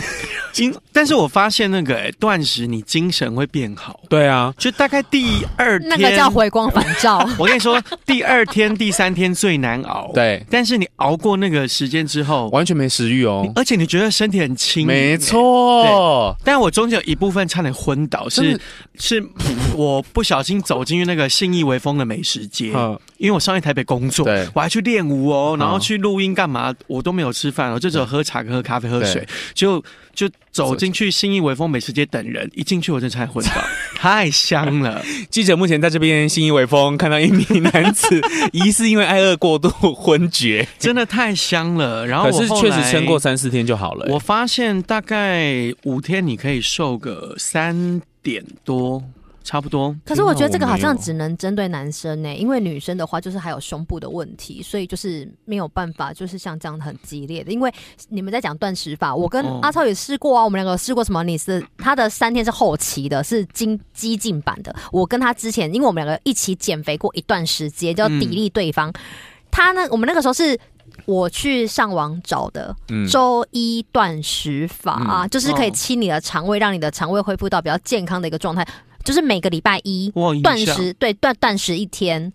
Speaker 2: 精，但是我发现那个哎、断食你精神会变好，
Speaker 1: 对啊，
Speaker 2: 就大概第二天，
Speaker 3: 那个叫回光返照。
Speaker 2: 我跟你说，第二天、第三天最难熬。，
Speaker 1: 对，
Speaker 2: 但是你熬过那个时间之后，
Speaker 1: 完全没食欲哦，
Speaker 2: 而且你觉得身体很轻，哎
Speaker 1: 没。错，
Speaker 2: 但我中间有一部分差点昏倒，
Speaker 1: 真
Speaker 2: 是
Speaker 1: 的
Speaker 2: 是 我不小心走进去那个信义微风的美食街，
Speaker 1: 嗯，
Speaker 2: 因为我上一台北工作
Speaker 1: 对，
Speaker 2: 我还去练舞哦，然后
Speaker 1: 嗯
Speaker 2: 去录音干嘛，我都没有吃饭，我就只有喝茶、喝咖啡、喝
Speaker 1: 对
Speaker 2: 水，就就走进去信义微风美食街等人，一进去我就差点昏 倒，太香了，
Speaker 1: 记者目前在这边信义微风看到一名男子疑似因为挨饿过度昏厥，
Speaker 2: 真的太香了。然后
Speaker 1: 可
Speaker 2: 我
Speaker 1: 是
Speaker 2: 后
Speaker 1: 确
Speaker 2: 来
Speaker 1: 实撑过三四天就好了、
Speaker 2: 我发现大概五天你可以瘦个三点多，差不多。
Speaker 3: 可是我觉
Speaker 1: 天
Speaker 3: 得
Speaker 1: 哪
Speaker 3: 这个
Speaker 1: 我
Speaker 3: 好
Speaker 1: 没
Speaker 3: 像
Speaker 1: 有
Speaker 3: 只能针对男生呢、因为女生的话就是还有胸部的问题，所以就是没有办法，就是像这样很激烈的。因为你们在讲断食法，我跟
Speaker 2: 哦
Speaker 3: 阿超也试过啊，我们两个有试过什么？你是他的三天是后期的，是精激进版的。我跟他之前，因为我们两个一起减肥过一段时间，
Speaker 1: 嗯
Speaker 3: 就要砥砺对方。他呢，我们那个时候是。我去上网找的
Speaker 1: 嗯
Speaker 3: 周一断食法、啊，就是可以
Speaker 2: 哦
Speaker 3: 清你的肠胃，让你的肠胃恢复到比较健康的一个状态。就是每个礼拜一
Speaker 2: 我
Speaker 3: 断食，对断断食一天。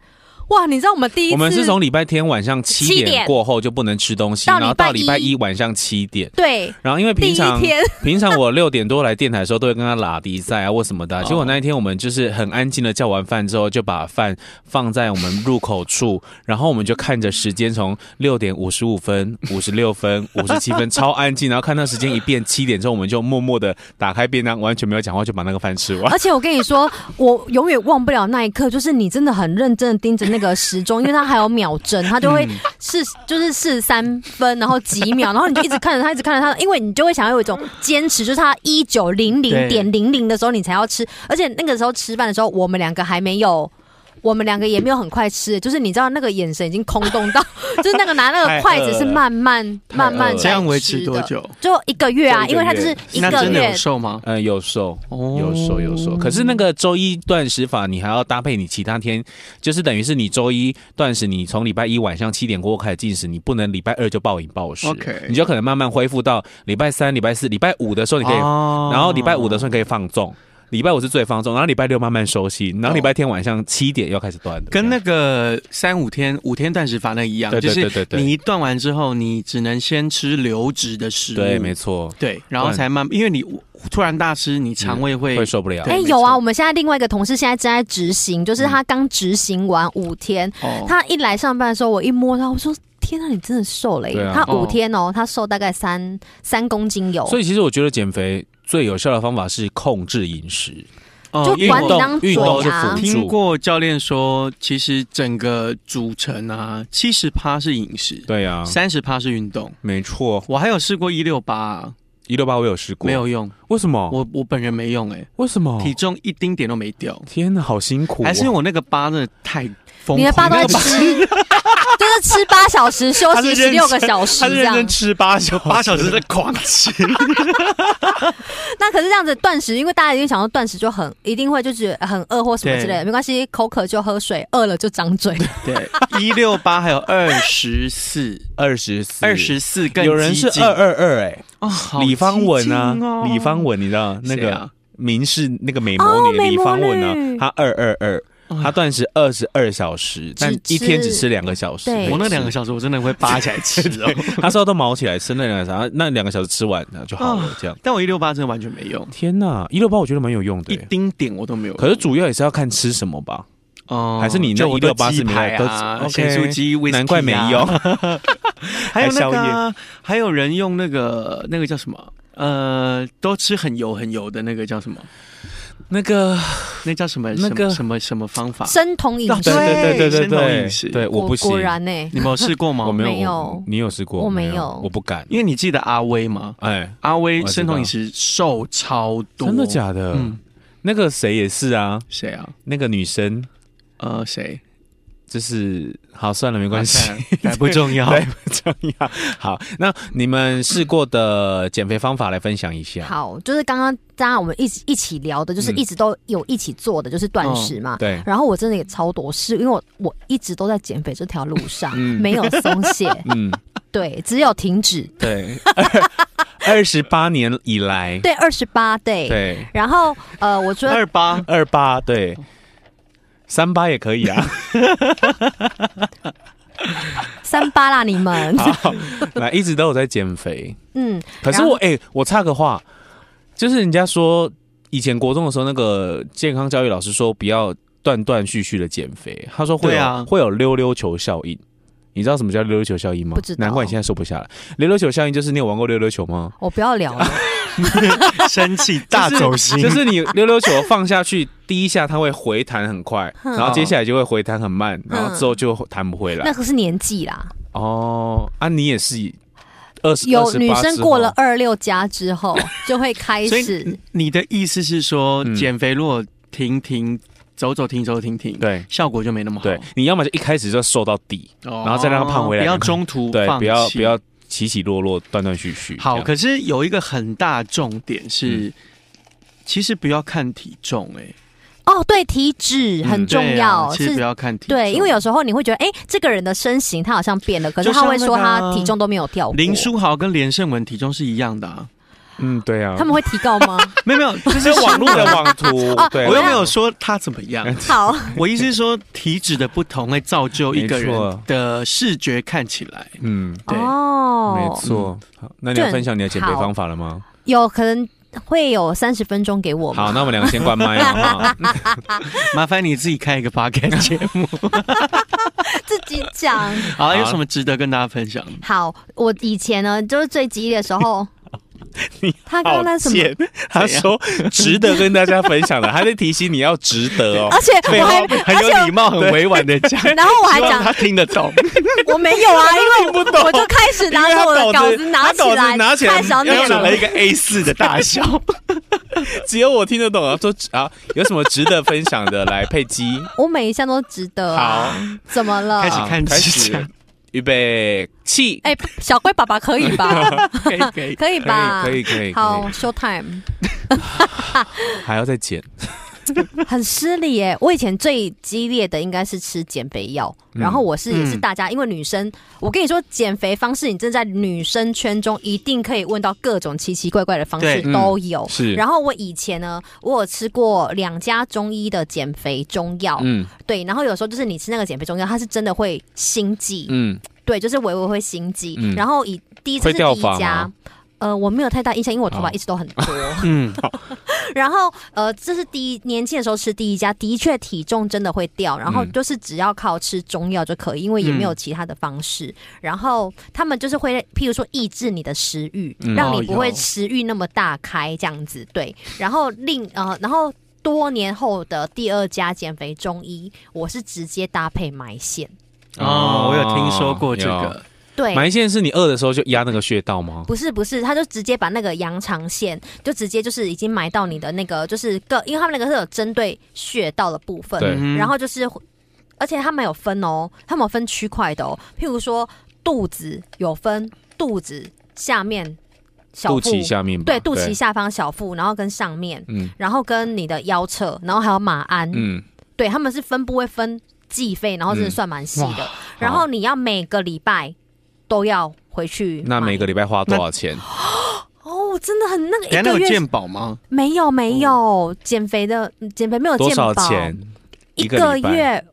Speaker 3: 哇，你知道我们第一次，
Speaker 1: 我们是从礼拜天晚上七
Speaker 3: 七
Speaker 1: 点
Speaker 3: 点
Speaker 1: 过后就不能吃东西，
Speaker 3: 到
Speaker 1: 然后到
Speaker 3: 礼拜
Speaker 1: 礼拜
Speaker 3: 一
Speaker 1: 一晚上七点。
Speaker 3: 对
Speaker 1: 然后因为
Speaker 3: 第
Speaker 1: 平
Speaker 3: 一
Speaker 1: 常
Speaker 3: 天
Speaker 1: 平常我六点多来电台的时候，都会跟他拉迪赛啊或什么的啊、
Speaker 2: 哦
Speaker 1: 结果那一天我们就是很安静的叫完饭之后，就把饭放在我们入口处， 然后我们就看着时间从六点五十五分、五十六分、五十七分，超安静。然后看到时间一变七点之后，我们就默默的打开便当，完全没有讲话，就把那个饭 吃完。
Speaker 3: 而且我跟你说，我永远忘不了那一刻，就是你真的很认真的盯着那个时钟，因为它还有秒针，它就
Speaker 2: 嗯
Speaker 3: 会是就是四三分，然后几秒，然后你就一直看着它，一直看着它，因为你就会想要有一种坚持，就是它一九零零
Speaker 2: 对
Speaker 3: 点零零的时候你才要吃，而且那个时候吃饭的时候，我们两个还没有。我们两个也没有很快吃，就是你知道那个眼神已经空 洞到，就是那个拿那个筷子是慢
Speaker 2: 哎
Speaker 1: 太
Speaker 2: 呃
Speaker 3: 慢
Speaker 1: 饿了
Speaker 3: 慢慢在
Speaker 2: 这样维
Speaker 3: 吃
Speaker 2: 持
Speaker 3: 的
Speaker 2: 多？久？
Speaker 3: 就一个月啊，
Speaker 1: 就一个
Speaker 3: 因为它就是
Speaker 1: 月
Speaker 3: 一
Speaker 2: 那
Speaker 3: 个
Speaker 2: 真的
Speaker 3: 月
Speaker 2: 有瘦吗？
Speaker 1: 嗯，有瘦，
Speaker 2: 哦
Speaker 1: 有瘦有瘦。可是那个周一断食法，你还要搭配你其他天，就是等于是你周一断食，你从礼拜一晚上七点过后开始进食，你不能礼拜二就暴饮暴食
Speaker 2: OK
Speaker 1: 你就可能慢慢恢复到礼拜三、礼拜四、礼拜五的时候你可以，
Speaker 2: 哦
Speaker 1: 然后礼拜五的时候你可以放纵。礼拜五是最放纵，然后礼拜六慢慢休息，然后礼拜天晚上七点又开始断的，
Speaker 2: 哦跟那
Speaker 1: 这样
Speaker 2: 个三五天五天断食法那一样，
Speaker 1: 对对对对
Speaker 2: 就
Speaker 1: 对
Speaker 2: 是你一断完之后，你只能先吃流质的食物，
Speaker 1: 对，没错，
Speaker 2: 对，然后才慢，因为你突然大吃，你肠胃会
Speaker 1: 会受不了。
Speaker 2: 对
Speaker 3: 哎、
Speaker 2: 没
Speaker 3: 有啊，
Speaker 2: 错
Speaker 3: 我们现在另外一个同事现在正在执行，就是
Speaker 1: 嗯
Speaker 3: 他刚执行完五天，
Speaker 2: 哦，
Speaker 3: 他一来上班的时候，我一摸他，我说：“天啊，你真的瘦了耶！”
Speaker 1: 对啊
Speaker 3: 他五
Speaker 2: 哦
Speaker 3: 天哦，他瘦大概三三公斤有。
Speaker 1: 所以其实我觉得减肥最有效的方法是控制饮食，
Speaker 2: 哦
Speaker 3: 就
Speaker 2: 因为
Speaker 3: 管
Speaker 1: 运
Speaker 2: 我
Speaker 3: 你
Speaker 1: 动
Speaker 3: 当
Speaker 1: 运动是
Speaker 3: 嘴啊
Speaker 1: 辅助。
Speaker 2: 听过教练说，其实整个组成啊，七十趴是饮食，
Speaker 1: 对啊呀、
Speaker 2: 三十趴是运动。
Speaker 1: 没错，
Speaker 2: 我还有试过一六八，啊
Speaker 1: 一六八我有试过，哦
Speaker 2: 没有用，
Speaker 1: 为什么？
Speaker 2: 我我本人没用哎、
Speaker 1: 为什么？
Speaker 2: 体重一丁点都没掉，
Speaker 1: 天哪，好辛苦、哦！
Speaker 2: 还是因为我那个八真的太疯狂，
Speaker 3: 你的八都在
Speaker 2: 那个疤
Speaker 3: 吃，就是 就是吃八小时，休
Speaker 1: 他是
Speaker 3: 息
Speaker 1: 认真
Speaker 3: 十六个小时
Speaker 1: 他是
Speaker 3: 这
Speaker 1: 认
Speaker 3: 样
Speaker 1: 真。吃八小
Speaker 2: 八小时在狂吃，
Speaker 3: 那可是这样子断食，因为大家一定想到断食就很一定会就觉得很饿或什么之类
Speaker 2: 对
Speaker 3: 的，没关系，口渴就喝水，饿了就张嘴。
Speaker 2: 对，一六八还有二十四，
Speaker 1: 二十四，
Speaker 2: 二十四更
Speaker 1: 有人是
Speaker 2: 激进
Speaker 1: 二二二哎，
Speaker 2: 哦，好
Speaker 1: 李芳文
Speaker 2: 激进
Speaker 1: 啊
Speaker 2: 哦，
Speaker 1: 李芳文你知道那
Speaker 2: 谁
Speaker 1: 个
Speaker 2: 啊
Speaker 1: 明是那个美魔女的李芳文
Speaker 3: 哦美魔
Speaker 1: 啊
Speaker 3: 女，
Speaker 1: 她二二二
Speaker 2: 哎，呀
Speaker 1: 她断食二十二小时，但一天只吃两个小时。
Speaker 3: 对
Speaker 2: 我那两个小时我真的会扒起来吃 哦，
Speaker 1: 她说都毛起来吃那两个小时，啊那两个小时吃完那就好了
Speaker 2: 啊，
Speaker 1: 这样。
Speaker 2: 但我一六八真的完全没用，
Speaker 1: 天呐，一六八我觉得蛮有用的
Speaker 2: 一
Speaker 1: 欸，
Speaker 2: 丁点我都没有用。
Speaker 1: 可是主要也是要看吃什么吧。
Speaker 2: 哦
Speaker 1: 还是你那
Speaker 2: 就我的
Speaker 1: 168是没有
Speaker 2: 鸡排啊，
Speaker 1: 都
Speaker 2: 咸酥鸡，，
Speaker 1: 难怪没用。
Speaker 2: 还
Speaker 1: 还
Speaker 2: 有那个
Speaker 1: 宵
Speaker 2: 啊还有人用那个那个叫什么？呃，都吃很油很油的那个叫什么？
Speaker 1: 那个，
Speaker 2: 那叫什么？
Speaker 1: 那个
Speaker 2: 什么什么什么方 法？
Speaker 3: 生酮饮食
Speaker 1: 对，对对对
Speaker 2: 生酮饮
Speaker 1: 对
Speaker 2: 食
Speaker 1: 对，对我
Speaker 3: 果
Speaker 1: 不行
Speaker 3: 果，然呢、欸
Speaker 2: 你们有试过吗？
Speaker 1: 我没有，
Speaker 3: 没有
Speaker 1: 你有试过？
Speaker 3: 我没
Speaker 1: 没
Speaker 3: 有
Speaker 1: 我不敢。
Speaker 2: 因为你记得阿威吗？
Speaker 1: 哎，
Speaker 2: 阿威
Speaker 1: 我知道
Speaker 2: 生酮饮食瘦超多，
Speaker 1: 真的假的？
Speaker 2: 嗯
Speaker 1: 那个谁也是啊，
Speaker 2: 谁啊？
Speaker 1: 那个女生
Speaker 2: 呃，谁？
Speaker 1: 就是好算了，没关系，
Speaker 2: 还不重 要。
Speaker 1: 对，不重要。好，那你们试过的减肥方法来分享一下。
Speaker 3: 好，就是刚刚大家我们一起一起聊的，就是
Speaker 1: 嗯
Speaker 3: 一直都有一起做的，就是断食嘛。
Speaker 1: 对，
Speaker 3: 然后我真的也超多事，因为我我一直都在减肥这条路上，
Speaker 1: 嗯
Speaker 3: 没有松懈，
Speaker 1: 嗯，
Speaker 3: 对，只有停止，
Speaker 1: 对，二十八年以来，
Speaker 3: 对，二十八 day。
Speaker 1: 对，
Speaker 3: 然后呃，我觉得
Speaker 2: 二八
Speaker 1: 二八对，三八也可以啊。
Speaker 3: 三八啦，你们，
Speaker 1: 好，来，一直都有在减肥。
Speaker 3: 嗯，
Speaker 1: 可是
Speaker 3: 然后
Speaker 1: 我哎、我插个话，就是人家说以前国中的时候，那个健康教育老师说不要断断续续的减肥，他说会
Speaker 2: 对
Speaker 1: 有、
Speaker 2: 啊
Speaker 1: 会有溜溜球效应。你知道什么叫溜溜球效应吗？
Speaker 3: 不知道
Speaker 1: 难怪你现在瘦不下来。溜溜球效应就是你有玩过溜溜球吗？
Speaker 3: 我不要聊了，
Speaker 2: 生气 大
Speaker 1: 就是
Speaker 2: 走
Speaker 3: 啊
Speaker 2: 心，
Speaker 1: 就是你溜溜球放下去第一下，它会回弹很 快，
Speaker 3: 嗯
Speaker 1: 然后接下来就会回弹很慢，然后之后就弹不回来
Speaker 3: 那。可是年纪啦，
Speaker 1: 哦，啊，你也是二十
Speaker 3: 有女生过了二六加之后就会开
Speaker 2: 所
Speaker 3: 始
Speaker 2: 以。你的意思是说
Speaker 1: 嗯，
Speaker 2: 减肥如果停停走走停走停停，
Speaker 1: 对
Speaker 2: 效果就没那么好。
Speaker 1: 对，你要么就一开始就瘦到底，
Speaker 2: 哦，
Speaker 1: 然后再让它胖回来
Speaker 2: 不要中途
Speaker 1: 对，
Speaker 2: 放
Speaker 1: 不要
Speaker 2: 弃
Speaker 1: 不要起起落落、断断续续。
Speaker 2: 好，
Speaker 1: 这样
Speaker 2: 可是有一个很大重点
Speaker 1: 嗯
Speaker 2: 是，其实不要看体重，哎，
Speaker 3: 哦，对，体脂
Speaker 1: 嗯
Speaker 3: 很重
Speaker 2: 对
Speaker 3: 要，
Speaker 2: 啊其实不
Speaker 3: 是
Speaker 2: 要看体重，
Speaker 3: 对，因为有时候你会觉得，哎、这个人的身形他好像变了，可是
Speaker 2: 就
Speaker 3: 他
Speaker 2: 像
Speaker 3: 会
Speaker 2: 那
Speaker 3: 说
Speaker 2: 个啊
Speaker 3: 他体重都没有掉过。
Speaker 2: 林书豪跟连胜文体重是一样的啊，
Speaker 1: 嗯，对啊，
Speaker 3: 他们会提高吗？
Speaker 2: 没 有没有，就是
Speaker 1: 这是网络的网图， 对啊，
Speaker 2: 我又没有说他怎么样，
Speaker 3: 好，
Speaker 2: 我意思是说体脂的不同会造就一个
Speaker 1: 没错
Speaker 2: 人的视觉看起来，
Speaker 1: 嗯，
Speaker 2: 对
Speaker 1: 没
Speaker 3: 哦，
Speaker 1: 错。好，那你要
Speaker 3: 就很
Speaker 1: 分享你的减肥
Speaker 3: 好
Speaker 1: 方法了吗？
Speaker 3: 有可能会有三十分钟给我吗？
Speaker 1: 好，那我们两个先关 麦啊。哈
Speaker 2: 麻烦你自己开一个 podcast 节 目，
Speaker 3: 自己讲。
Speaker 2: 好，有什么值得跟大家分享的？
Speaker 3: 好，我以前呢，就是最激烈的时候，他刚刚那什么
Speaker 1: 好贱哦他说值得跟大家分享的，还在提醒你要值得 哦。
Speaker 3: 而且
Speaker 1: 废
Speaker 3: 我
Speaker 1: 话
Speaker 3: 还，
Speaker 2: 很
Speaker 3: 而
Speaker 2: 有礼
Speaker 3: 且
Speaker 1: 啊
Speaker 2: 貌、很委婉的 讲，
Speaker 3: 然后我还
Speaker 2: 希望
Speaker 3: 讲，
Speaker 2: 他听得懂。
Speaker 3: 我没有啊，因为
Speaker 1: 不懂
Speaker 3: 我就开始拿着我的稿子拿起
Speaker 1: 因为他稿
Speaker 3: 来，
Speaker 1: 子拿起来
Speaker 3: 太想念
Speaker 1: 要拿
Speaker 3: 了
Speaker 1: 来。
Speaker 2: 个 A 四的大小，
Speaker 1: 只有我听得懂啊。说啊，有什么值得分享的？来，佩姬，
Speaker 3: 我每一项都值 得
Speaker 1: 好
Speaker 3: 啊，，怎么了
Speaker 2: 开？始
Speaker 1: 好
Speaker 2: 看
Speaker 1: 啊开
Speaker 2: 指甲
Speaker 1: 始，预备起，
Speaker 3: 哎，小龟爸爸可以吧？
Speaker 2: 可以可以。
Speaker 3: 可以
Speaker 1: 可
Speaker 3: 吧？
Speaker 1: 哎以，可以，可以，
Speaker 3: 好，show time，
Speaker 1: 可以， 还要再减。
Speaker 3: 很失礼耶。我以前最激烈的应该是吃减肥药，
Speaker 1: 嗯
Speaker 3: 然后我是也是
Speaker 2: 嗯
Speaker 3: 大家，因为女生，我跟你说减肥方式，你正在女生圈中一定可以问到各种奇奇怪怪的方式
Speaker 2: 对
Speaker 1: 嗯
Speaker 3: 都有。
Speaker 1: 是
Speaker 3: 然后我以前呢，我有吃过两家中医的减肥中药，
Speaker 1: 嗯
Speaker 3: 对，然后有时候就是你吃那个减肥中药，它是真的会心悸，
Speaker 1: 嗯，
Speaker 3: 对，就是微微会心悸。
Speaker 1: 嗯
Speaker 3: 然后以第一次
Speaker 1: 会
Speaker 3: 是第
Speaker 1: 掉
Speaker 3: 一
Speaker 1: 发
Speaker 3: 家
Speaker 1: 吗，哦
Speaker 3: 呃，我没有太大印象，因为我头发
Speaker 1: 好
Speaker 3: 一直都很多。
Speaker 2: 嗯，
Speaker 3: 然后呃，这是第一年轻的时候吃第一家，的确体重真的会掉，然后
Speaker 1: 嗯
Speaker 3: 就是只要靠吃中药就可以，因为也没有其他的方式。然后他们就是会，譬如说抑制你的食欲，
Speaker 1: 嗯
Speaker 3: 让
Speaker 2: 哦
Speaker 3: 你不会
Speaker 2: 有
Speaker 3: 食欲那么大开这样子。对，然后另呃，然后。多年后的第二家减肥中医，我是直接搭配埋线。
Speaker 2: 哦，我有听说过这
Speaker 1: 有
Speaker 2: 个，
Speaker 3: 对，
Speaker 1: 埋线是你饿的时候就压那个穴道吗？
Speaker 3: 不是不是，他就直接把那个羊肠线，就直接就是已经埋到你的那个，就是各，因为他们那个是有针对穴道的部分，
Speaker 1: 对
Speaker 2: 嗯
Speaker 3: 然后就是而且他们有分哦，他们有分区块的哦。譬如说肚子有分肚子下面小
Speaker 1: 肚
Speaker 3: 腹，
Speaker 1: 脐下面吧，
Speaker 3: 对，肚脐，下方小腹，然后跟上面，
Speaker 1: 嗯
Speaker 3: 然后跟你的腰侧，然后还有马鞍，
Speaker 1: 嗯，
Speaker 3: 对，他们是分部位分计费，然后真的算蛮细的。然
Speaker 1: 好
Speaker 3: 后你要每个礼拜都要回去买，
Speaker 1: 那每个礼拜花多少钱？
Speaker 3: 哦，真的很那个
Speaker 2: 人家那
Speaker 3: 一
Speaker 2: 有
Speaker 3: 个月
Speaker 2: 健保吗？
Speaker 3: 没有没有减肥的减肥没有
Speaker 1: 嗯多
Speaker 3: 健
Speaker 1: 少
Speaker 3: 保，
Speaker 1: 钱？
Speaker 3: 一
Speaker 1: 个
Speaker 3: 个
Speaker 1: 礼拜
Speaker 3: 月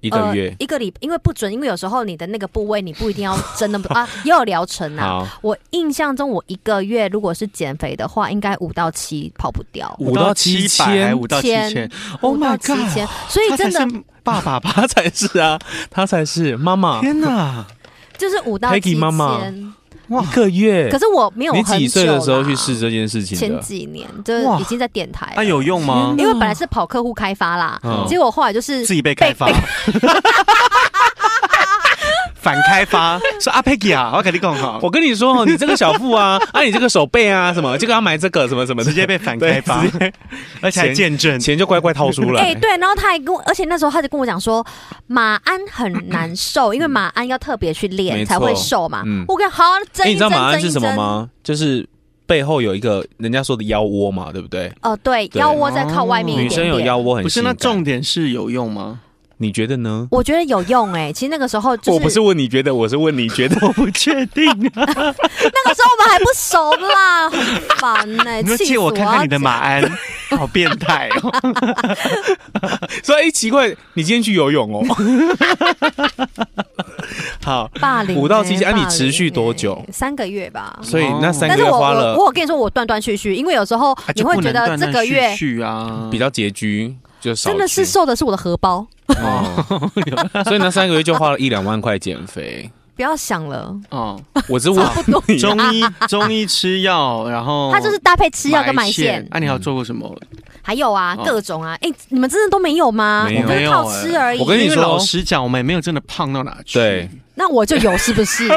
Speaker 1: 一个月
Speaker 3: 呃、。一个礼，因为不准，因为有时候你的那个部位你不一 定要真的啊，也有疗程啊。
Speaker 1: 好，
Speaker 3: 我印象中，我一个月如果是减肥的话，应该五到七跑不掉。
Speaker 1: 五到七
Speaker 2: 七百还
Speaker 1: 千
Speaker 2: 五到七千，Oh
Speaker 3: 五到
Speaker 2: my
Speaker 3: 七
Speaker 2: god！
Speaker 3: 千，所以
Speaker 2: 他才
Speaker 3: 真的
Speaker 2: 是爸爸吧？
Speaker 1: 他才是啊，他才是妈妈，
Speaker 2: 天哪，
Speaker 3: 就是五到
Speaker 1: Peggy
Speaker 3: 七千。
Speaker 1: 妈妈
Speaker 2: 哇
Speaker 1: 一！个月。
Speaker 3: 可是我没有
Speaker 1: 你
Speaker 3: 很久啦
Speaker 1: 几岁的时候去试这件事情
Speaker 3: 前
Speaker 1: 的？哎
Speaker 3: 几年就是
Speaker 2: 哇
Speaker 3: 已经在电台
Speaker 2: 那
Speaker 3: 了，
Speaker 2: 啊有用吗？
Speaker 3: 因为本来是跑客户开发啦，
Speaker 1: 嗯
Speaker 3: 结果后来就是
Speaker 2: 自己被开发
Speaker 3: 被，
Speaker 2: 反开发，说阿佩吉啊，我跟你讲 哈，
Speaker 1: 我跟你说哦，你这个小腹 啊，啊，你这个手背啊，什么，就给他买这个什么什么的，
Speaker 2: 直接被反开发
Speaker 1: 对直接
Speaker 2: 而且还见证，
Speaker 1: 钱就乖乖掏出
Speaker 3: 哎、
Speaker 1: 来。
Speaker 3: 对，然后他还跟我，而且那时候他就跟我讲说，马鞍很难 瘦，因为马鞍要特别去
Speaker 1: 嗯没
Speaker 3: 练
Speaker 1: 错
Speaker 3: 才会瘦嘛。
Speaker 1: 嗯
Speaker 3: 我跟好好
Speaker 1: 哎
Speaker 3: 蒸
Speaker 1: 你
Speaker 3: 一
Speaker 1: 知道
Speaker 3: 蒸，
Speaker 1: 马鞍
Speaker 3: 蒸
Speaker 1: 是
Speaker 3: 一
Speaker 1: 什么
Speaker 3: 蒸。
Speaker 1: 吗？就是背后有一个人家说的腰窝嘛，对不对？
Speaker 3: 哦，对，
Speaker 1: 对哦
Speaker 3: 腰窝再靠外面一
Speaker 1: 女
Speaker 3: 点点。
Speaker 1: 生有腰窝很
Speaker 2: 不是？
Speaker 1: 性
Speaker 2: 那
Speaker 1: 感
Speaker 2: 重点是有用吗？
Speaker 1: 你觉得呢？
Speaker 3: 我觉得有用哎、其实那个时候就是
Speaker 1: 我不是问你觉得，我是问你 觉得。
Speaker 2: 我不确定啊，
Speaker 3: 那个时候我们还不熟啦，很烦 哎、
Speaker 2: 你说
Speaker 3: 气死
Speaker 2: 借我看看你的马
Speaker 3: 要讲
Speaker 2: 鞍， 好变态哦！
Speaker 1: 所以、哎奇怪，你今天去游 泳哦？好，
Speaker 3: 霸凌欸、
Speaker 1: 五到七天啊
Speaker 3: 霸凌
Speaker 1: 你持续多久
Speaker 3: 欸三个月吧。
Speaker 1: 所以那三
Speaker 3: 但
Speaker 1: 个
Speaker 3: 是
Speaker 1: 月
Speaker 3: 我
Speaker 1: 花
Speaker 3: 我
Speaker 1: 了
Speaker 3: 我有跟你说，我断断续续，因为有时候
Speaker 2: 啊
Speaker 3: 你
Speaker 2: 就
Speaker 3: 会
Speaker 2: 不
Speaker 3: 觉
Speaker 2: 能
Speaker 3: 得
Speaker 2: 断
Speaker 3: 这
Speaker 2: 断
Speaker 3: 个月
Speaker 2: 续续啊，
Speaker 1: 比较拮据，就少
Speaker 3: 真的是
Speaker 1: 去
Speaker 3: 瘦的是我的荷包，
Speaker 1: 哦， 所以那三个月就花了一两万块减 肥。
Speaker 3: 不要想了，
Speaker 2: 哦，
Speaker 1: 我只问
Speaker 3: 差不多
Speaker 1: 你
Speaker 2: 中 医中医吃药，然
Speaker 1: 哦
Speaker 2: 后
Speaker 3: 它就是搭配吃药跟埋
Speaker 2: 埋嗯
Speaker 3: 线。
Speaker 2: 啊那你还有做过什么？
Speaker 3: 还有啊，
Speaker 2: 哦
Speaker 3: 各种啊，哎、你们真的都没有吗？
Speaker 1: 没有
Speaker 3: 我就是靠吃而已。
Speaker 1: 我跟你
Speaker 2: 因为
Speaker 1: 说
Speaker 2: 老实讲，我们也没有真的胖到哪去。
Speaker 1: 对，
Speaker 3: 那我就有是不是？